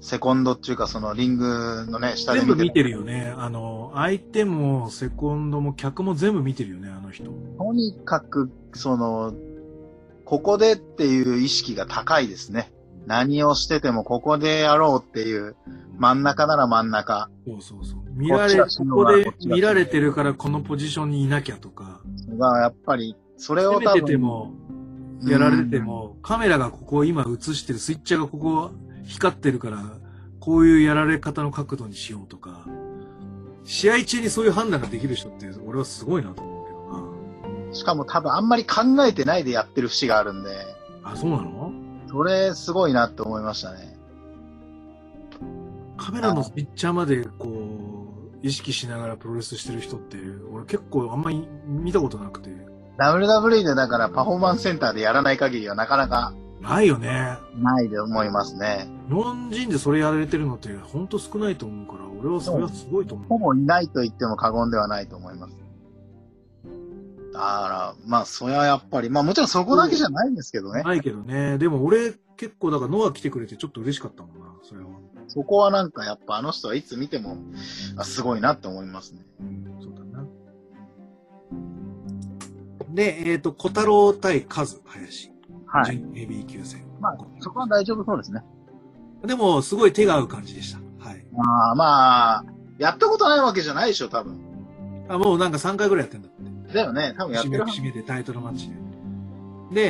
S2: セコンドっていうか、そのリングのね、下で
S1: 全部見てるよ
S2: ね。
S1: ね。あの、相手も、セコンドも、客も全部見てるよね、あの人。
S2: とにかく、その、ここでっていう意識が高いですね。何をしててもここでやろうっていう、真ん中なら真ん中。
S1: そうそうそう。見られ、
S2: こっ
S1: こ
S2: ちが死ぬわ
S1: こで
S2: こっちが死ぬ
S1: 見られてるからこのポジションにいなきゃとか、
S2: うが、やっぱり、それを
S1: 攻め
S2: 多
S1: てて
S2: 分、
S1: も、やられても、カメラがここ今映してる、スイッチャーがここ光ってるから、こういうやられ方の角度にしようとか、試合中にそういう判断ができる人って、俺はすごいなと思うけ
S2: うん、しかも多分あんまり考えてないでやってる節があるんで、
S1: どな。あ、そうなの
S2: それすごいなって思いましたね。
S1: カメラのスイッチャーまで、こう、意識しながらプロレスしてる人って、俺結構あんまり見たことなくて。
S2: WWE でだからパフォーマンスセンターでやらない限りはなかなか
S1: ないよね。
S2: ないで思いますね。
S1: 日本人でそれやられてるのって、ほんと少ないと思うから、俺はそれはすごいと思う。
S2: ほぼいないと言っても過言ではないと思います。だから、まあ、それはやっぱり、まあもちろんそこだけじゃないんですけどね。
S1: ないけどね。でも俺、結構だからノア来てくれてちょっと嬉しかったもんな、それは。
S2: そこはなんかやっぱあの人はいつ見ても、あすごいなって思いますね。
S1: そうだな。で、えっ、と、小太郎対カズ、林。
S2: はい。
S1: 準 AB 級戦。
S2: まあ、そこは大丈夫そうですね。
S1: でも、すごい手が合う感じでした。はい。
S2: まあまあ、やったことないわけじゃないでしょ、多分。
S1: あ、もうなんか3回ぐらいやってんだって。
S2: だよね、多分や
S1: 締
S2: って
S1: め
S2: るはず
S1: 締めでタイトルマッチで。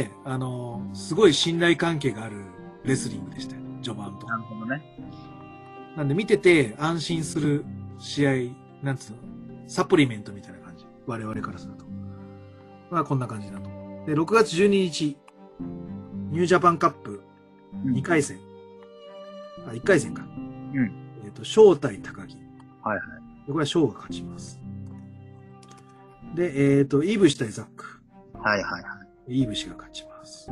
S1: で、あのーすごい信頼関係があるレスリングでしたよ。序盤と
S2: な。るほどね。
S1: なんで見てて安心する試合、なんつうの、サプリメントみたいな感じ。我々からすると。まあこんな感じだと。で、6月12日、ニュージャパンカップ
S2: うん
S1: 2回戦。あ、1回戦か。
S2: ん
S1: えっ、と、正対高木。
S2: はいはい
S1: で。これは翔が勝ちます。で、えっ、と、イーブシ対ザック。
S2: はいはいはい。
S1: イーブシが勝ちます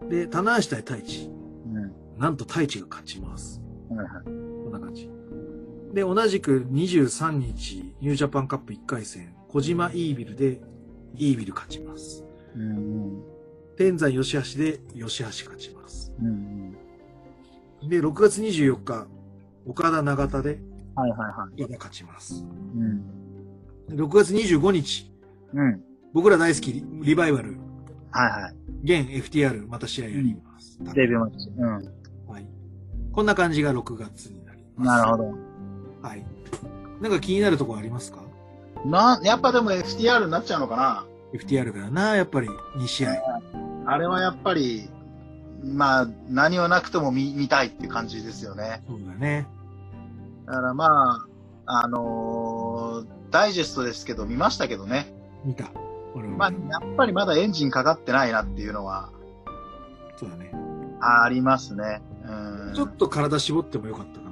S2: う。ん。
S1: で、棚橋対太一。
S2: うん。
S1: なんと太一が勝ちます。
S2: はいはい。
S1: こんな感じ。で、同じく23日、ニュージャパンカップ1回戦、小島イービルで、イービル勝ちます。
S2: うん。
S1: 天山吉橋で、吉橋勝ちます。
S2: うん。
S1: で、6月24日、岡田長田で、
S2: はいはいはい。
S1: 岡田勝ちます。
S2: うん。
S1: で6月25日、
S2: うん。
S1: 僕ら大好きリ、リバイバル、
S2: はいはい。
S1: 現 FTR、また試合やります。
S2: デビューマッチ。う
S1: はい。こんな感じが6月になりま
S2: ん。
S1: す。
S2: なるほ
S1: ど。
S2: ど。
S1: はい。なんか気になるところありますか
S2: な、やっぱでも FTR になっちゃうのかな
S1: ?FTR からな、やっぱり2試合。
S2: あれはやっぱり、まあ、何はなくとも見見たいっていう感じですよね。
S1: そうだね。
S2: だからまあ、あのーダイジェストですけど、見ましたけどね。
S1: 見た。俺も
S2: まあ、やっぱりまだエンジンかかってないなっていうのは
S1: そうだね。
S2: ありますね。うん。
S1: ちょっと体絞ってもよかったか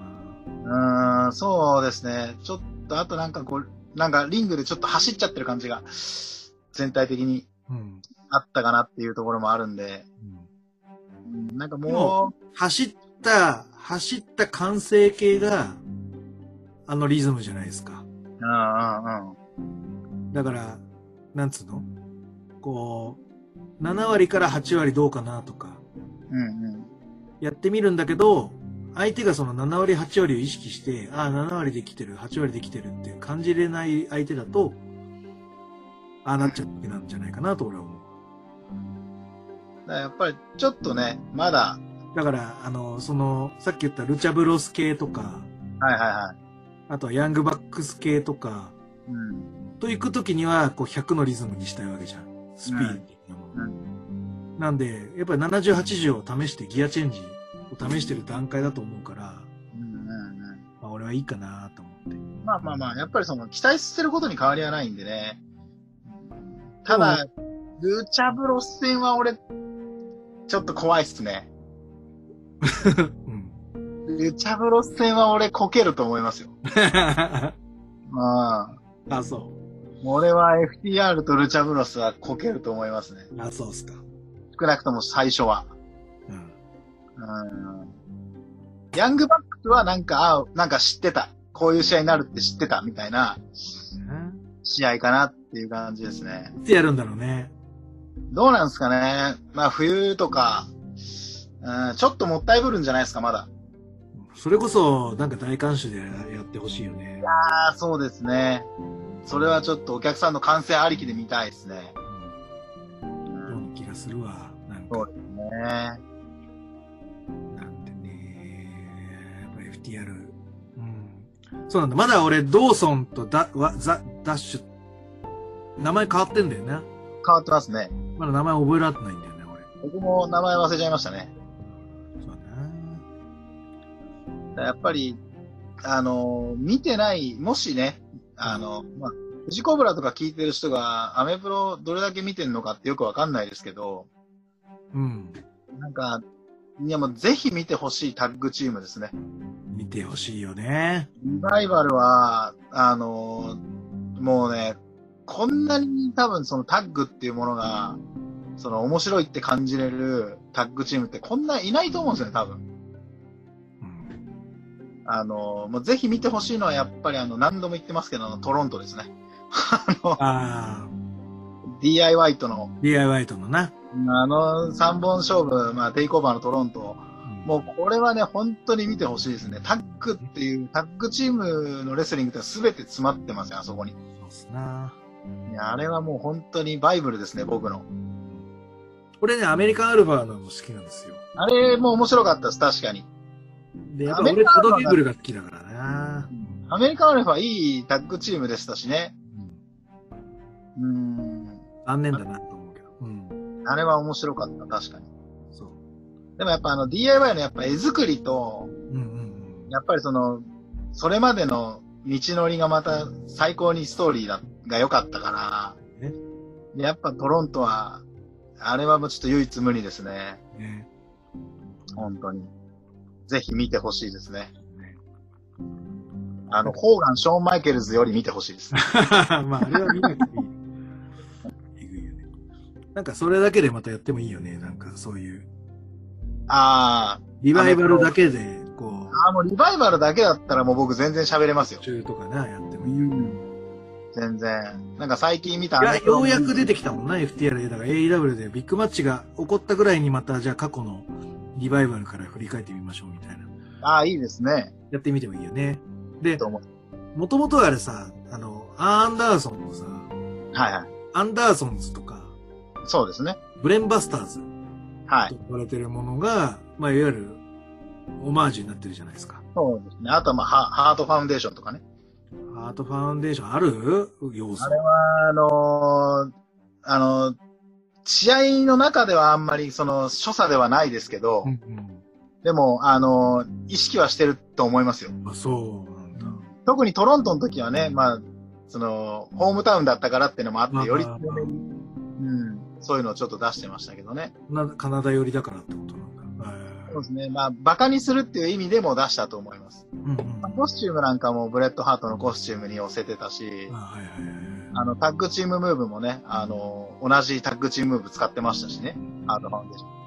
S1: な。
S2: うん、そうですね。ちょっと、あとなんかこう、なんかリングでちょっと走っちゃってる感じが、全体的に
S1: うん。
S2: あったかなっていうところもあるんで、うんなんか
S1: で
S2: も
S1: も走った、走った完成形が、あのリズムじゃないですか。
S2: う、うんうんうん。
S1: だから、なんつうのこう、7割から8割どうかなとか、
S2: うんうん。
S1: やってみるんだけど、相手がその7割、8割を意識して、ああ、7割できてる、8割できてるって感じれない相手だと、ああなっちゃうわけなんじゃないかなと俺は思う。
S2: だからやっぱりちょっとね、まだ、
S1: だから、あの、その、さっき言ったルチャブロス系とか、
S2: はいはいはい。
S1: あとはヤングバックス系とか、
S2: うん。
S1: と行くときには、こう、100のリズムにしたいわけじゃん。スピード的なもの。
S2: う
S1: なんで、やっぱり70、80を試して、ギアチェンジを試してる段階だと思うから、
S2: うんうん
S1: まあ、俺はいいかなと思って。
S2: うん。まあまあまあ、やっぱりその、期待してることに変わりはないんでね。ただ、ルチャブロス戦は俺、ちょっと怖いっすね。
S1: うん。
S2: ルチャブロス戦は俺、こけると思いますよ。ああ。
S1: あ、そう。
S2: 俺は FTR とルチャブロスはこけると思いますね。
S1: あ、そうっすか。
S2: 少なくとも最初は。
S1: うん。
S2: うん。ヤングバックスはなんか、ああなんか知ってた。こういう試合になるって知ってたみたいな試合かなっていう感じですね。
S1: いつやるんだろうね。
S2: どうなんですかね。まあ冬とか、うん、ちょっともったいぶるんじゃないですか、まだ。
S1: それこそ、なんか大観衆でやってほしいよね。
S2: ああ、そうですね。それはちょっとお客さんの歓声ありきで見たいですね。
S1: ような気がするわ。なん
S2: そ
S1: か
S2: う、ですね。
S1: なんてね。やっぱ FTR。うん。そうなんだ。まだ俺、ドーソンとダ、わザ、ダッシュ、名前変わってんだよね。
S2: 変わってますね。
S1: まだ名前覚えられてないんだよね、俺。
S2: 僕も名前忘れちゃいましたね。
S1: そうだね。
S2: やっぱり、あの、見てない、もしね、あの、まあ、フジコブラとか聞いてる人が、アメブロどれだけ見てるのかってよくわかんないですけど、
S1: うん。
S2: なんか、いやもうぜひ見てほしいタッグチームですね。
S1: 見てほしいよね。
S2: リバイバルは、あのもうね、こんなに多分そのタッグっていうものが、その面白いって感じれるタッグチームってこんないないと思うんですよね、多分。
S1: うん。
S2: あのもうぜひ見てほしいのはやっぱりあの、何度も言ってますけど、あのトロントですね。
S1: ああ、
S2: DIY との、
S1: DIY とのな。
S2: あの3本勝負、まあ、テイクオーバーのトロント、
S1: も
S2: もうこれはね、本当に見てほしいですね。タッグっていう、タッグチームのレスリングって全て詰まってますよ、あそこに。
S1: うん、そうっすな。
S2: いや、あれはもう本当にバイブルですね、僕の。
S1: 俺ね、アメリカンアルファのも好きなんですよ。
S2: あれも面白かったです、確かに。
S1: で、やっぱ
S2: アメ
S1: 俺、
S2: リカンア
S1: ト
S2: ルフ
S1: ド
S2: ァ
S1: ケーブルが好きだからな。
S2: アメリカンアルファいいタッグチームでしたしね。うーん。
S1: 残念だなと思うけど。うん。
S2: あれは面白かった、確かに。
S1: そう。
S2: でもやっぱあの DIY のやっぱ絵作りと、
S1: うんうんうん。
S2: やっぱりその、それまでの道のりがまた最高にストーリーだが良かったから
S1: ね、
S2: でやっぱトロントは、あれはもうちょっと唯一無二ですね。
S1: ね
S2: 本当に。ぜひ見てほしいですね。
S1: ね
S2: あの、ホーガン、ショーン・マイケルズより見てほしいで す。
S1: まあ、あれは見なくていい。えぐいよね。なんか、それだけでまたやってもいいよね。なんか、そういう。
S2: あ
S1: リバイバルだけで、こ
S2: あ、あーもうリバイバルだけだったらもう僕全然喋れますよ
S1: う、。中とかな、やってもいいよね。
S2: 全然。なんか最近見た
S1: いや、ようやく出
S2: て。
S1: てきたもんな、FTR で。だから AEW でビッグマッチが起こったぐらいにまた、じゃあ過去のリバイバルから振り返ってみましょうみたいな。
S2: ああ、いいですね。
S1: やってみてもいいよね。で
S2: どうも、
S1: もともとあれさ、あの、アンダーソンのさ、
S2: はいはい。
S1: アンダーソンズとか、
S2: そうですね。
S1: ブレンバスターズ
S2: はい
S1: と。呼ばれてるものが、まあ、いわゆる、オマージュになってるじゃないですか。
S2: そうですね。あとはまあ、ハハートファウンデーションとかね。
S1: ハートファウンデーションある要素
S2: あ。れは、あのーあのー試合の中ではあんまり、その、所作ではないですけど、
S1: うんうん
S2: でも、あのー意識はしてると思いますよ。
S1: まあ、そうなんだ。
S2: 特にトロントの時はね、まあ、その、ホームタウンだったからっていうのもあ
S1: ま
S2: っ
S1: あ
S2: て、より
S1: まあ
S2: 強めに、うん、そういうのをちょっと出してましたけどね。
S1: なカナダ寄りだからってことなんだ。え
S2: そうですね。まあ、馬鹿にするっていう意味でも出したと思います。
S1: ーうんうん。
S2: コスチュームなんかもブレッドハートのコスチュームに寄せてたし
S1: あ、はいはいはいはい。
S2: あの、タッグチームムーブもね、あの、同じタッグチームムーブ使ってましたしね、ハートファウンデーショ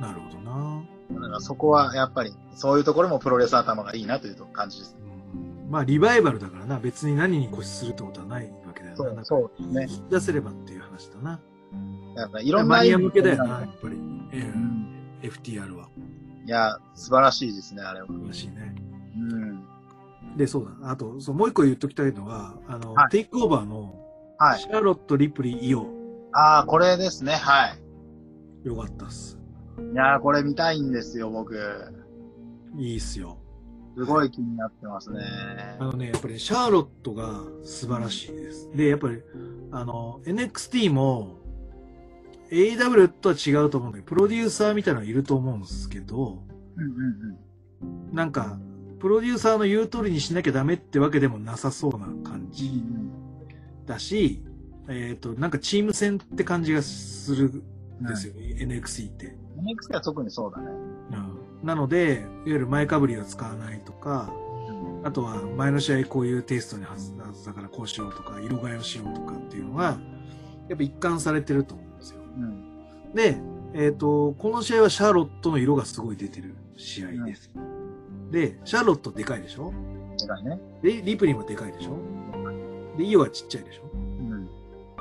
S1: なるほどな。
S2: ン。だからそこはやっぱり、そういうところもプロレス頭がいいなという感じです。
S1: うんまあ、リバイバルだからな、別に何に固執するってことはないわけだよな。
S2: そう
S1: なんか
S2: そうですね。
S1: 引き出せればっていう話だな。
S2: やっぱいろんな
S1: マ
S2: 意
S1: ニア
S2: 味
S1: 向けだよな、やっぱり。ええ
S2: うん。
S1: FTR は。
S2: いや、素晴らしいですね、あれは。
S1: らしいね。
S2: うん。
S1: で、そうだ。あと、そうもう一個言っときたいのは、あの、
S2: はい
S1: テイクオーバーの、
S2: はい。
S1: シャーロット・リプリー・イオ。
S2: ああ、これですね、はい。
S1: よかったっす。
S2: いやー、これ見たいんですよ、僕。
S1: いいっすよ。
S2: すごい気になってますね。
S1: あのね、やっぱりシャーロットが素晴らしいです。で、やっぱり、あの、NXT も、AW とは違うと思うんだけど、プロデューサーみたいなのいると思うんですけど、
S2: うんうんうん。
S1: なんか、プロデューサーの言う通りにしなきゃダメってわけでもなさそうな感
S2: う
S1: じ
S2: ん
S1: だし、えっ、と、なんかチーム戦って感じがする
S2: うん
S1: ん
S2: で
S1: ですす
S2: よ。
S1: よ、ね NXT って。
S2: NXT は特にそうだね。
S1: なので、いわゆる前かぶりは使わないとか、あとは前の試合こういうテイストにはずはずだからこうしようとか、色替えをしようとかっていうのは、やっぱ一貫されてると思うんですよ。
S2: うん。
S1: で、えっ、と、この試合はシャーロットの色がすごい出てる試合です。で、シャーロットでかいでしょ
S2: 違いね。
S1: で、リプリンはでかいでしょで、イオはちっちゃいでしょ
S2: うん。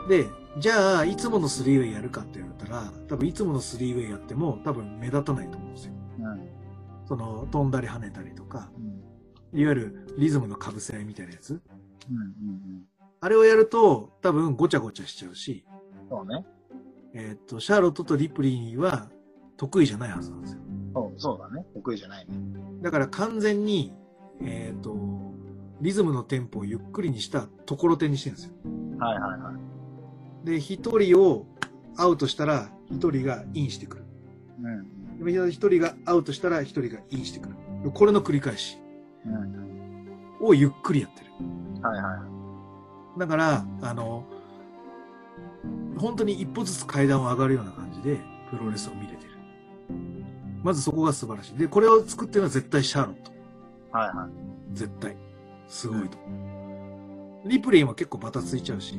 S1: で、じゃあ、いつものスリーウェイやるかって言われたら、多分いつものスリーウェイやっても、多分目立たないと思うんですよ。
S2: うん。
S1: その、飛んだり跳ねたりとか、
S2: うん。
S1: いわゆるリズムの被せ合いみたいなやつ。
S2: うん。
S1: あれをやると、多分ごちゃごちゃしちゃうし、
S2: うん。そうね。
S1: えーっと、シャーロットとリプリーは得意じゃないはずなんですよ。
S2: そう、そうだね。得意じゃないね。
S1: だから完全に、えーっと、リズムのテンポをゆっくりにしたところてんにしてるんですよ。
S2: うん。はいはいはい。
S1: で、一人をアウトしたら、一人がインしてくる。
S2: うん。
S1: で一人がアウトしたら、一人がインしてくる。これの繰り返し
S2: うん。
S1: をゆっくりやってる。
S2: はいはい。
S1: だから、あの、本当に一歩ずつ階段を上がるような感じで、プロレスを見れてる。まずそこが素晴らしい。で、これを作ってるのは絶対シャーロット。
S2: はいはい。
S1: 絶対。すごいと。リプレイも結構バタついちゃうし、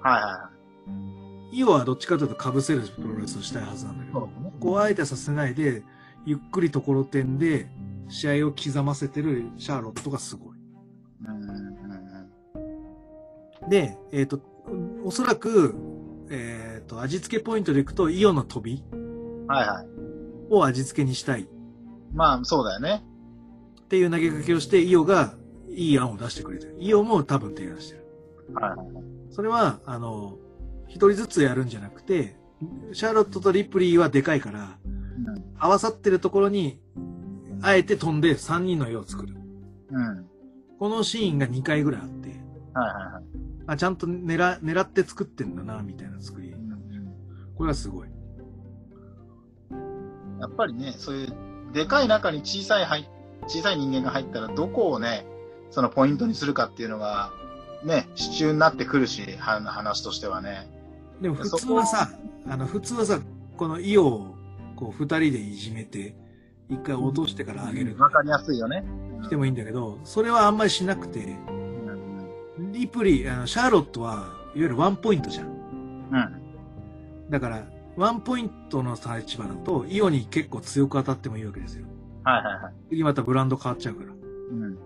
S2: はいはいは
S1: イオはどっちかというと被せるプロレスをしたいはずなんだけ
S2: い。
S1: ど、
S2: うね
S1: こうあえてさせないで、ゆっくりところてんで、試合を刻ませてるシャーロットがすごい。
S2: うんうん
S1: で、えっ、と、おそらく、えっ、と、味付けポイントでいくと、イオの飛び
S2: うん。はいはい。
S1: を味付けにしたいっ
S2: まあ、そうだよね。
S1: ていう投げかけをして、イオがいい案を出してくれてる。イオも多分提案してる。
S2: はいはい。
S1: それは、あの、一人ずつやるんじゃなくて、シャーロットとリプリーはでかいから、
S2: うん。
S1: 合わさってるところに、あえて飛んで3人の絵を作る。
S2: うん。
S1: このシーンが2回ぐらいあって、
S2: はいはいはい。
S1: あ、ちゃんと狙狙って作ってんだな、みたいな作り。これはすごい。
S2: やっぱりね、そういう、でかい中に小さい入っ、小さい人間が入ったら、どこをね、そのポイントにするかっていうのが、ね、支柱になってくるし、は話としてはね。
S1: でも
S2: いや
S1: 普通はさ、あの、普通はさ、このイオを、こう、二人でいじめて、一回落としてからあげる。
S2: わかりやすいよね。
S1: してもいいんだけど、それはあんまりしなくて、
S2: うん。
S1: リプリー、あの、シャーロットは、いわゆるワンポイントじゃん。
S2: うん。
S1: だから、ワンポイントの立場だと、イオに結構強く当たってもいいわけですよ。
S2: はいはいはい。
S1: 次またブランド変わっちゃうから。
S2: うん。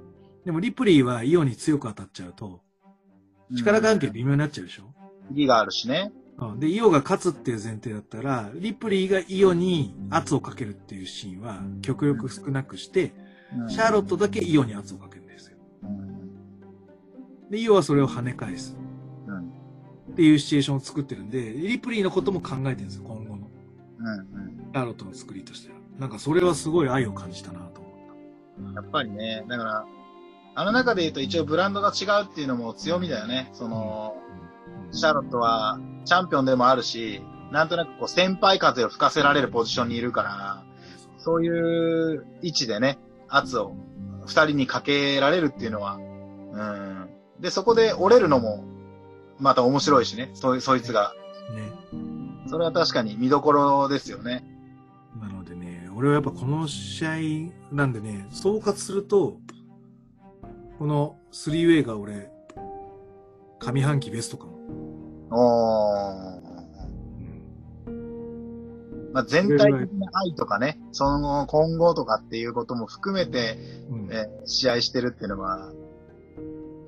S1: でも、リプリーはイオに強く当たっちゃうと、力関係
S2: うん
S1: 微妙になっちゃうでしょ、
S2: 利があるしね。
S1: うん、で、イオが勝つっていう前提だったら、リプリーがイオに圧をかけるっていうシーンは極力少なくして、
S2: うん
S1: シャーロットだけイオに圧をかけるんですよ。
S2: うん。
S1: で、イオはそれを跳ね返す
S2: うん。うん。
S1: っていうシチュエーションを作ってるんで、リプリーのことも考えてるんですよ、今後の。
S2: うん。
S1: シャーロットの作りとしては。なんかそれはすごい愛を感じたなと思
S2: やっぱりね、だから、あの中で言うと一応ブランドが違うっていうのも強みだよね。その、
S1: った。
S2: シャーロットはチャンピオンでもあるし、なんとなくこう先輩風を吹かせられるポジションにいるから、そういう位置でね、圧を二人にかけられるっていうのは、うん。で、そこで折れるのも、また面白いしね、そ、そいつが。
S1: ね。
S2: それは確かに見どころですよね。
S1: なのでね、俺はやっぱこの試合なんでね、総括すると、この 3way が俺、上半期ベストかも。
S2: おー。まあ、全体的な愛とかね、その今後とかっていうことも含めて、
S1: うん
S2: えー試合してるっていうのは、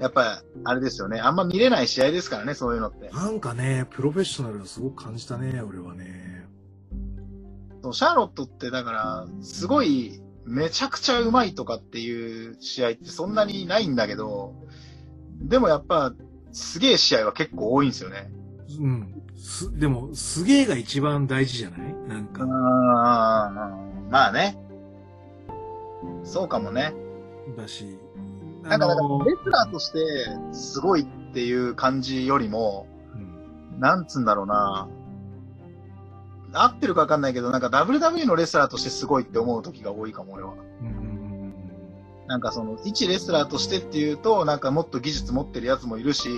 S2: やっぱ、あれですよね。あんま見れない試合ですからね、そういうのって。
S1: なんかね、プロフェッショナルをすごく感じたね、俺はね。
S2: そうシャーロットって、だから、すごい、めちゃくちゃうまいとかっていう試合ってそんなにないんだけど、でもやっぱ、すげえ試合は結構多いんですよね。
S1: うん。す、でも、すげえが一番大事じゃないなん
S2: うー
S1: か
S2: ん。、まあね。そうかもね。
S1: だし。
S2: なんか、だから
S1: ー
S2: レスラーとして、すごいっていう感じよりも、
S1: うん
S2: なんつうんだろうな。合ってるかわかんないけど、なんか WWE のレスラーとしてすごいって思う時が多いかも、俺は。
S1: うんうん
S2: なんかその、一レスラーとしてっていうと、なんかもっと技術持ってるやつもいるし、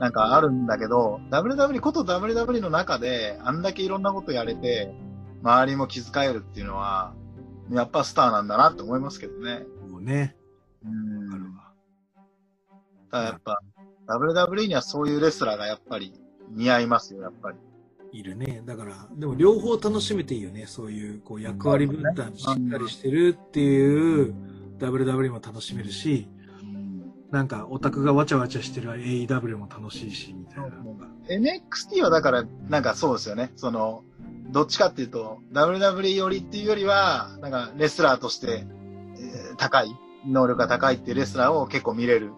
S2: なんかあるんだけど、WWE、こと WWE の中で、あんだけいろんなことやれて、周りも気遣えるっていうのは、やっぱスターなんだなって思いますけどね。
S1: うん。もうね、
S2: う
S1: わかる
S2: ん。
S1: わ。
S2: ただやっぱ、WWE にはそういうレスラーがやっぱり似合いますよ、やっぱり。
S1: いるね。だから、でも両方楽しめていいよね。そういう、こう、役割分担しっかりしてるっていう、WW も楽しめるし、
S2: うん
S1: なんか、オタクがわちゃわちゃしてる AEW も楽しいし、みたいな。
S2: そう NXT はだから、なんかそうですよね。その、どっちかっていうと、WWE よりっていうよりは、なんかレスラーとして、えー高い、能力が高いっていうレスラーを結構見れる。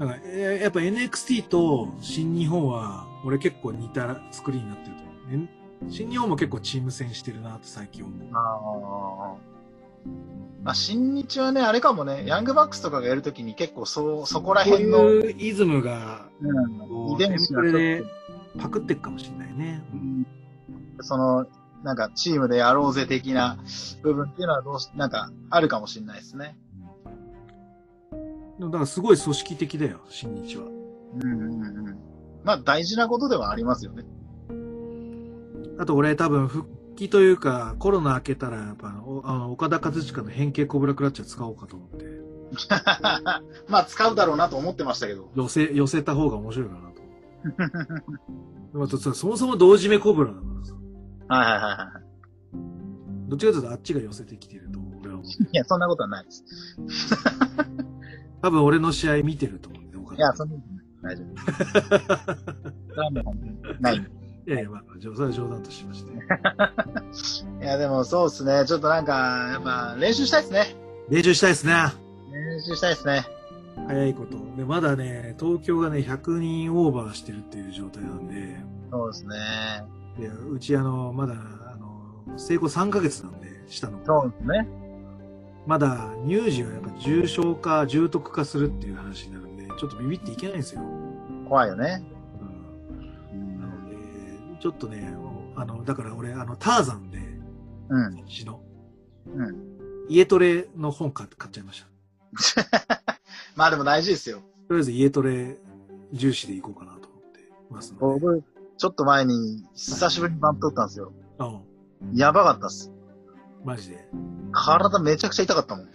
S1: だから、えーやっぱ NXT と新日本は、俺結構似た作りになってると思う。え新日本も結構チーム戦してるなって最近思う。
S2: あまあ、新日はね、あれかもね、ヤングバックスとかがやるときに結構そう、そこら
S1: こう
S2: 辺の、うん、
S1: いうイズムが、こ
S2: 遺
S1: う、テ
S2: 伝
S1: ンプ
S2: 子がちょっと
S1: レでパクっていくかもしれないね。
S2: その、なんかチームでやろうぜ的な部分っていうのはどうし、なんかあるかもしれないですね。
S1: でもだからすごい組織的だよ、新日は。
S2: うんうんうん。まあ大事なことではありますよね。
S1: あと俺多分復帰というか、コロナ明けたら、やっぱ、おあの岡田和親の変形コブラクラッチャー使おうかと思って、
S2: まあ使うだろうなと思ってましたけ ど。
S1: 寄せ、寄せた方が面白いかなと思って。でもあとさそもそも同時めコブラだからさ。
S2: はいはいはいはい。
S1: どっちかというとあっちが寄せてきてると俺は思う。
S2: いや、そんなことはないです。
S1: 多分俺の試合見てると思うんで、岡
S2: いや、
S1: 田。
S2: そんなことない。大丈夫 です。それはもうない。
S1: いやいや、まあ、冗それは冗談としまして。
S2: いや、でもそうですね。ちょっとなんか、やっぱ練習したいですね。
S1: 練習したいですね。
S2: 練習したいですね。
S1: 早いこと。で、まだね、東京がね、100人オーバーしてるっていう状態なんで、
S2: そうですね。
S1: でうちあの、まだ、あの、成功3ヶ月なんで、したの。
S2: そうですね。
S1: まだ乳児はやっぱ重症化、重篤化するっていう話になるんで、ちょっとビビっていけないんですよ。
S2: 怖いよね。
S1: うん
S2: う。
S1: なんので、ちょっとね、もうあの、だから俺、あの、ターザンで、
S2: うん。
S1: 詩の、
S2: うん。
S1: 家トレの本買買っちゃいました。
S2: まあでも大事ですよ。
S1: とりあえず家トレ重視でいこうかなと思ってますので。
S2: 僕、ちょっと前に、久しぶりにバント打ったんですよ。
S1: うん、
S2: やばかったっす。
S1: マジで。
S2: 体めちゃくちゃ痛かったもん。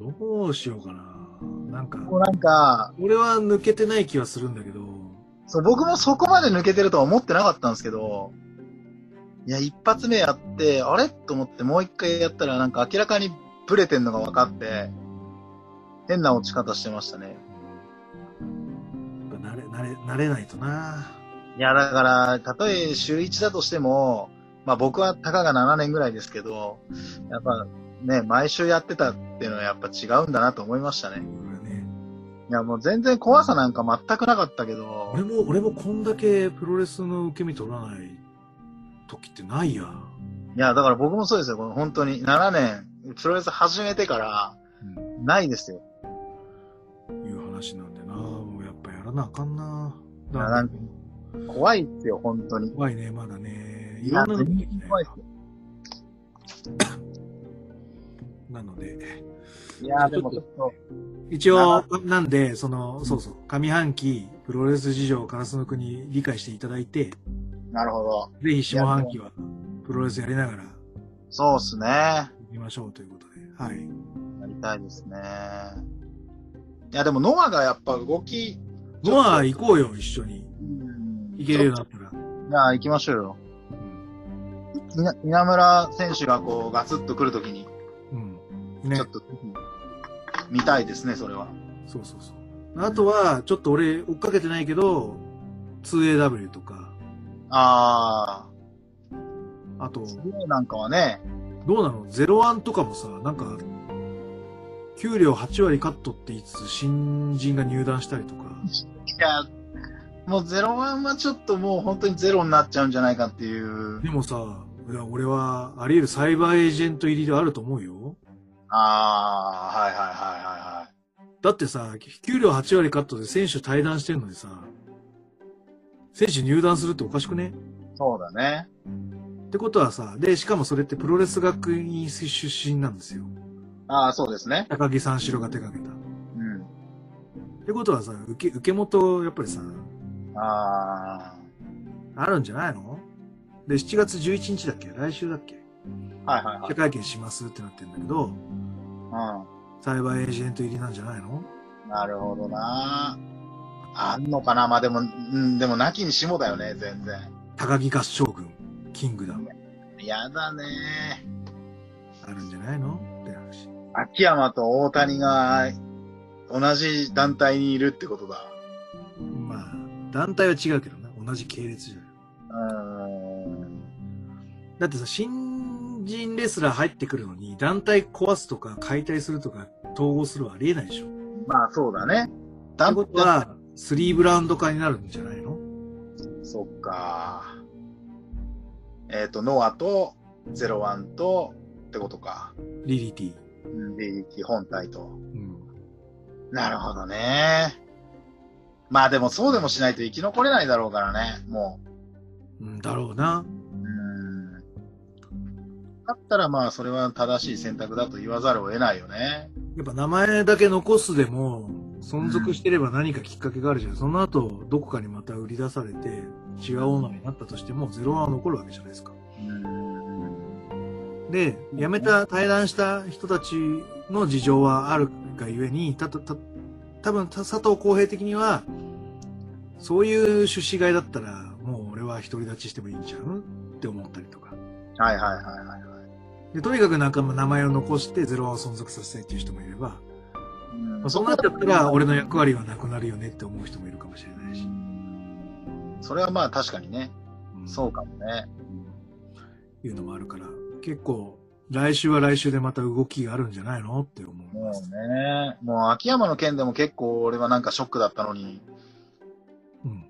S1: どうしようかな。なんか、
S2: もうなんか、
S1: 俺は抜けてない気はするんだけど、
S2: そう、僕もそこまで抜けてるとは思ってなかったんですけど、いや、一発目やって、あれと思ってもう一回やったら、なんか明らかにブレてんのが分かって、変な落ち方してましたね。
S1: やっぱ慣れ、慣れ、慣れないとな。
S2: いや、だから、たとえ週1だとしても、まあ僕はたかが7年ぐらいですけど、やっぱね、毎週やってたっていうのはやっぱ違うんだなと思いましたね。
S1: 俺ね、
S2: いや、もう全然怖さなんか全くなかったけど
S1: 俺、も、俺もこんだけプロレスの受け身取らない時ってないや。
S2: いや、だから僕もそうですよ、この本当に。7年、プロレス始めてから、
S1: うん
S2: ないですよ。
S1: いう話なんでな。もうやっぱやらなあかんな。だ
S2: や
S1: からら
S2: ん怖いっすよ、本当に。
S1: 怖いね、まだね。い
S2: い
S1: ろ
S2: や
S1: んなの見てきたよ
S2: 怖いっすよ。
S1: なので、
S2: いや、でもちょっと、
S1: 一応、なんで、その、そうそう、上半期、プロレス事情、カラスの国理解していただいて、
S2: なるほど。
S1: ぜひ下半期はプロレスやりながら
S2: そうっすね。や
S1: 行きましょうということで。はい。
S2: りたいですね。いや、でもノアがやっぱ動き、
S1: まあ、行こうよ、一緒に。
S2: うん
S1: 行けるようになったら。
S2: いや、行きましょうよ。稲稲村選手がこう、ガツッと来るときに、
S1: うん。ね
S2: ちょっ。と、見たいですね、それは。
S1: そうそうそう。あとは、ちょっと俺、追っかけてないけど、2AW とか、
S2: あ
S1: あと
S2: ー、、すごいなんかはね、
S1: どうなの ?01 とかもさ、なんか、給料8割カットって言いつつ、新人が入団したりとか。
S2: いや、もうゼロワンはちょっともう本当にゼロになっちゃうんじゃないかっていう。
S1: でもさ、いや俺は、あり得るサイバーエージェント入りであると思うよ。
S2: ああ、はいはいはいはいはい。
S1: だってさ、給料8割カットで選手退団してんのにさ、選手入団するっておかしくね
S2: そうだね。
S1: ってことはさ、で、しかもそれってプロレス学院出身なんですよ。
S2: ああ、そうですね。
S1: 高木三四郎が手掛けた。っ
S2: う
S1: てことはさ、受け、受け元、やっぱりさ、
S2: ん。あ
S1: あるんじゃないので、7月11日だっけ来週だっけ
S2: あ、はいはいは
S1: 記者会見しますってなってんだけど、
S2: い。
S1: サイバーエージェント入りなんじゃないの
S2: うん。なるほどな。あんのかなまあでも、うん、でもなきにしもだよね、全然。
S1: 高木合唱軍、キングダム、
S2: やだね。
S1: あるんじゃないのって話。
S2: 秋山と大谷が同じ団体にいるってことだ。
S1: まあ、団体は違うけどな。同じ系列じゃない。
S2: うーん。
S1: だってさ、新人レスラー入ってくるのに、団体壊すとか解体するとか統合するはありえないでしょ。っ
S2: まあそうだね。
S1: て
S2: 団
S1: ことは、スリーブランド化になるんじゃないの
S2: そっか。えっ、と、ノアと、ゼロワンと、ってことか。
S1: リリティ。
S2: うん、で、一本体と。
S1: うん。
S2: なるほどね。まあでもそうでもしないと生き残れないだろうからね、も
S1: うんだろうな。
S2: う。うん。だったらまあそれは正しい選択だと言わざるを得ないよね。
S1: やっぱ名前だけ残すでも、存続してれば何かきっかけがあるじゃん。その後、どこかにまた売り出されて、違う女になったとしても、ゼロは残るわけじゃないですか。
S2: うん。
S1: で、辞めた、対談した人たちの事情はあるがゆえに、た、た、た、多分た佐藤公平的には、そういう趣旨買いだったら、もう俺は独り立ちしてもいいんじゃんって思ったりとか。
S2: はいはいはいはいはい。
S1: で、とにかくなんか名前を残してゼロワンを存続させたいっていう人もいれば、ま
S2: う
S1: あ、
S2: ん
S1: そうなっちゃったら俺の役割はなくなるよねって思う人もいるかもしれないし。
S2: それはまあ確かにね。そうかもね。
S1: うん。いうのもあるから、結構、来週は来週でまた動きがあるんじゃないのって思い
S2: も
S1: ます。
S2: うね。もう秋山の件でも結構俺はなんかショックだったのに。
S1: うん。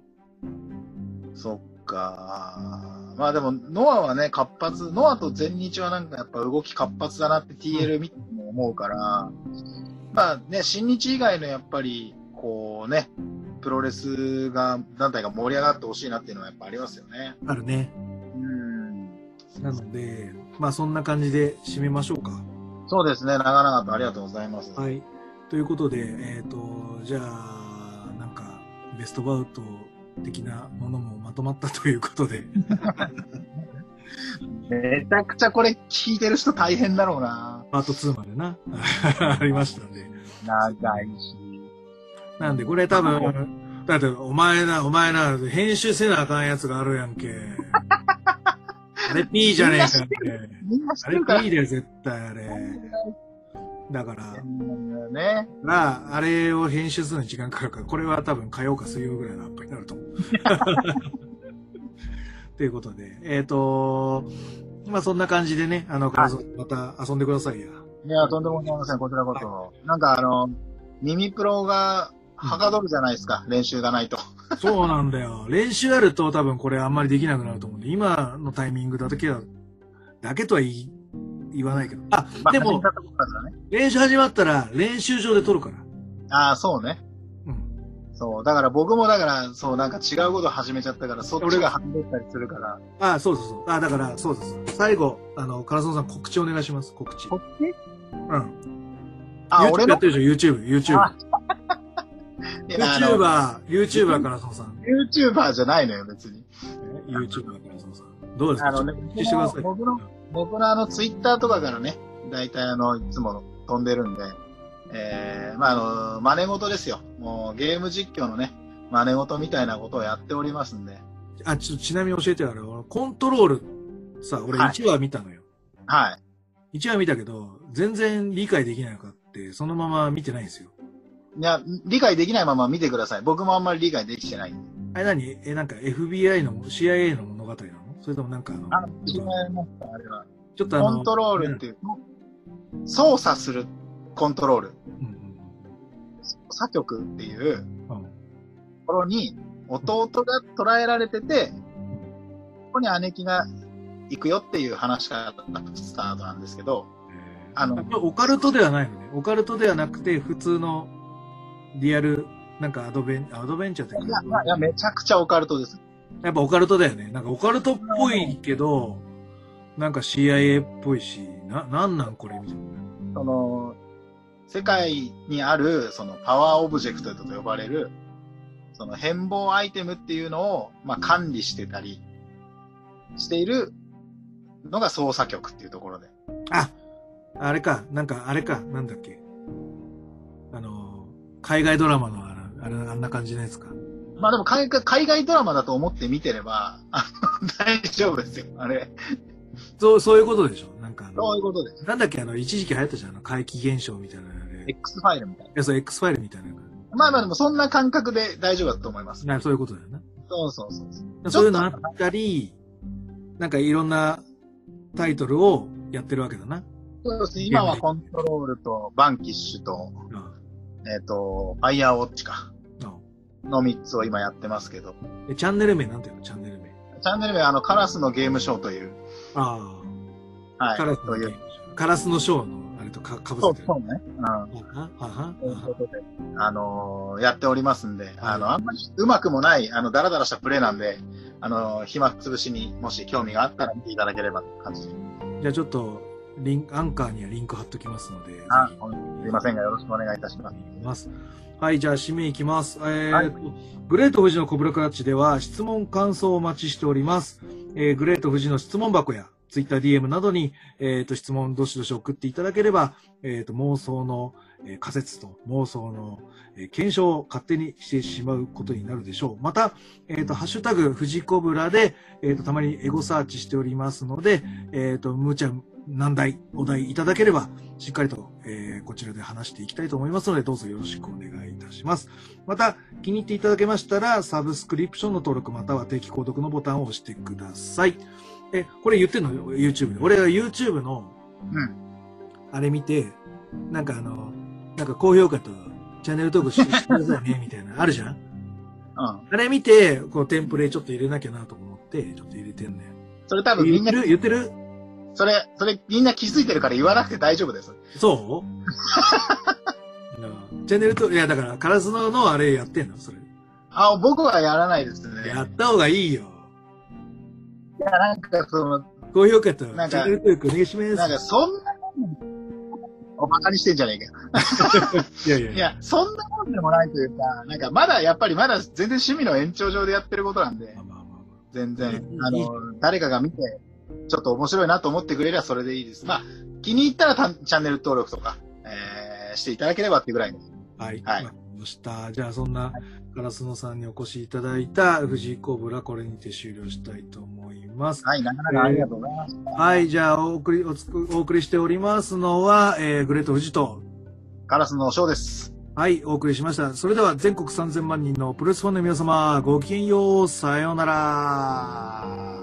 S2: そっか。まあでも、ノアはね、活発、ノアと全日はなんかやっぱ動き活発だなって TL 見ても思うから、まあね、新日以外のやっぱり、こうね、プロレスが、団体が盛り上がってほしいなっていうのはやっぱありますよね。
S1: あるね。
S2: うん。
S1: なので、まあそんな感じで締めましょうか。
S2: そうですね、長々とありがとうございます。い。
S1: はい。ということで、えっ、と、じゃあ、なんか、ベストバウト的なものもまとまったということ で、
S2: めちゃくちゃこれ聞いてる人大変だろうな。
S1: パート2までな、 ありましたんで。
S2: 長いし。
S1: なんで、これ多 分、だって、お前な、お前な、編集せなあかんやつがあるやん け。あれ P じゃねえかって。
S2: みんな知
S1: あ
S2: ってるから。
S1: れ P だよ、絶対あれ。だから、
S2: うんね。
S1: まあ、あれを編集するのに時間かかるから、これは多分火曜か水曜ぐらいのアップになる と思う。ということで、えっ、と、まあそんな感じでね、あの、感想また遊んでくださいや。
S2: いや、とんでもございません、こちらこそ。なんかあの、耳プロが、はかどるじゃないですか、練習がないと。
S1: そうなんだよ。 練習あると多分これあんまりできなくなると思うんで、今のタイミングだけは、だけとは言い言わないけど。あ、
S2: ま あ
S1: でも
S2: 始めたところからね、
S1: 練習始まったら練習場で撮るから。
S2: ああ、そうね。
S1: うん。
S2: そう、だから僕もだから、そう、なんか違うこと始めちゃったから、そっちが反応したりするから。
S1: あ、そうそうそう。あ、だから、そうです。最後、あの、唐沢さん告知お願いします。告知。
S2: こっち
S1: うん。
S2: あ、俺
S1: YouTube やっ
S2: の
S1: てるでしょ、YouTube、YouTube
S2: あ。
S1: ユーチューバー、ユーチューバーからそのさん。
S2: YouTuber じゃないのよ、別に。
S1: ユーチューバーからそのさん。どうですか
S2: あのね
S1: 告知してください。
S2: 僕の僕のあの、ツイッターとかからね、大体あの、いつも飛んでるんで、えー、まああの、真似事ですよ。もうゲーム実況のね、真似事みたいなことをやっておりますんで。
S1: あ、ちょっとちなみに教えてよあれ、俺コントロール、さ、俺
S2: はい
S1: 1話見たのよ。
S2: はい。
S1: 一話見たけど、全然理解できなかって、そのまま見てないんですよ。
S2: いや、理解できないまま見てください。僕もあんまり理解できてない。
S1: あれ何え、なんか FBI の、CIA の物語なのそれともなんかあの、
S2: あ、違いました、あれは。
S1: ちょっとあの、
S2: コントロールっていう、操作するコントロール、
S1: うんうん
S2: 作曲っていう
S1: うんうん
S2: ところに、弟が捕らえられてて、ここに姉貴が行くよっていう話からスタートなんですけど、あの
S1: これオカルトではないのね。オカルトではなくて、普通のリアル、なんかアドベン、アドベンチャーっていう
S2: い
S1: か
S2: や、まあいやめちゃくちゃオカルトです。
S1: やっぱオカルトだよね。なんかオカルトっぽいけど、なんか CIA っぽいし、な、なんなんこれみたいな。
S2: その、世界にある、そのパワーオブジェクトと呼ばれる、その変貌アイテムっていうのを、まあ、管理してたり、しているのが捜査局っていうところで。
S1: ああれか、なんかあれか、なんだっけ。あの、海外ドラマのあのあれ、あんな感じのやつか。
S2: まあでも海外、海外ドラマだと思って見てれば、 あの大丈夫ですよ。あれ。
S1: そう、そういうことでしょ。なんかあ
S2: そうい
S1: の、
S2: うことです。
S1: なんだっけ、あの、一時期流行ったじゃん。あの、怪奇現象みたいなあれ。い
S2: X ファイルみたいな。
S1: や、そう、X ファイルみたいなのが。
S2: まあまあでもそんな感覚で大丈夫だと思います。
S1: なそういうことだよな。
S2: そうそうそうそう。
S1: そういうのあったり、なんかいろんなタイトルをやってるわけだな。
S2: そうですね。今はコントロールと、バンキッシュと、
S1: うんうん
S2: えっ、と、ファイヤーウォッチか。の3つを今やってますけど。
S1: えチャンネル名なんていうのチャンネル名。
S2: チャンネル名はあの、カラスのゲームショーという、
S1: あ
S2: は
S1: あ、
S2: い、
S1: カラス
S2: と
S1: のゲ
S2: い
S1: ー
S2: う
S1: ムカラスのショーの、あれとか、かぶ
S2: そ
S1: せて
S2: う
S1: る。
S2: そうね。うん。
S1: ははは
S2: という
S1: は
S2: ことで、あのーやっておりますんで、あの、あんまりうまくもない、あの、だらだらしたプレイなんで、あのー暇つぶしにもし興味があったら見ていただければって感じで。
S1: じゃあちょっと、リンアンカーにはリンク貼っときますので。
S2: あ
S1: ぜひ
S2: すいませんが、よろしくお願いいたします。
S1: ます。はい、じゃあ締めいきます。えー
S2: はい
S1: グレート富士のコブラクラッチでは質問、感想をお待ちしております。えーグレート富士の質問箱や TwitterDM などに、えーと質問どしどし送っていただければ、えーと妄想の、えー仮説と妄想の、えー検証を勝手にしてしまうことになるでしょう。また、えーとハッシュタグ富士コブラで、えーとたまにエゴサーチしておりますので、えーと無茶難題、お題いただければ、しっかりと、えーこちらで話していきたいと思いますので、どうぞよろしくお願いいたします。また、気に入っていただけましたら、サブスクリプションの登録または定期購読のボタンを押してください。え、これ言ってんの ?YouTube で。俺が YouTube の、
S2: うん。
S1: あれ見て、なんかあの、なんか高評価とチャンネル登録ししてください ね、みたいな、あるじゃん
S2: うん。
S1: あれ見て、こう、テンプレちょっと入れなきゃなと思って、ちょっと入れてんね。
S2: それ多分み
S1: 言
S2: ん
S1: っ
S2: な
S1: て、る言ってる
S2: それ、それみんな気づいてるから言わなくて大丈夫です。
S1: そう なあチャンネルと、いやだから、カラスののあれやってんのそれ。
S2: あ、僕はやらないですね。い
S1: や
S2: や、
S1: った方がいいよ。
S2: なんかその、
S1: 高評価とチ
S2: なんか
S1: ャンネル登録お願いしま
S2: なんかそんなもん、おバカにしてんじゃねえかよ。
S1: す。いやいや
S2: いや、そんなもんでもないというか、なんかまだやっぱりまだ全然趣味の延長上でやってることなんで
S1: まあ、まあまあま
S2: 全然
S1: う、ん
S2: あの、誰かが見て、ちょっと面白いなと思ってくれればそれでいいです。まあ、気に入ったらたチャンネル登録とか、えーしていただければっていうぐらいです。
S1: あはい。
S2: はい
S1: わかりました。じゃあ、そんな、カラスのさんにお越しいただいた藤井コブラ、これにて終了したいと思います。
S2: はい、なかなかありがとうございます。
S1: はい。じゃあ、お送り、おつく、お送りしておりますのは、えー、グレート藤井と、
S2: カラスのショーです。
S1: はい、お送りしました。それでは全国3000万人のプロレスファンの皆様、ごきげんよう、さようなら。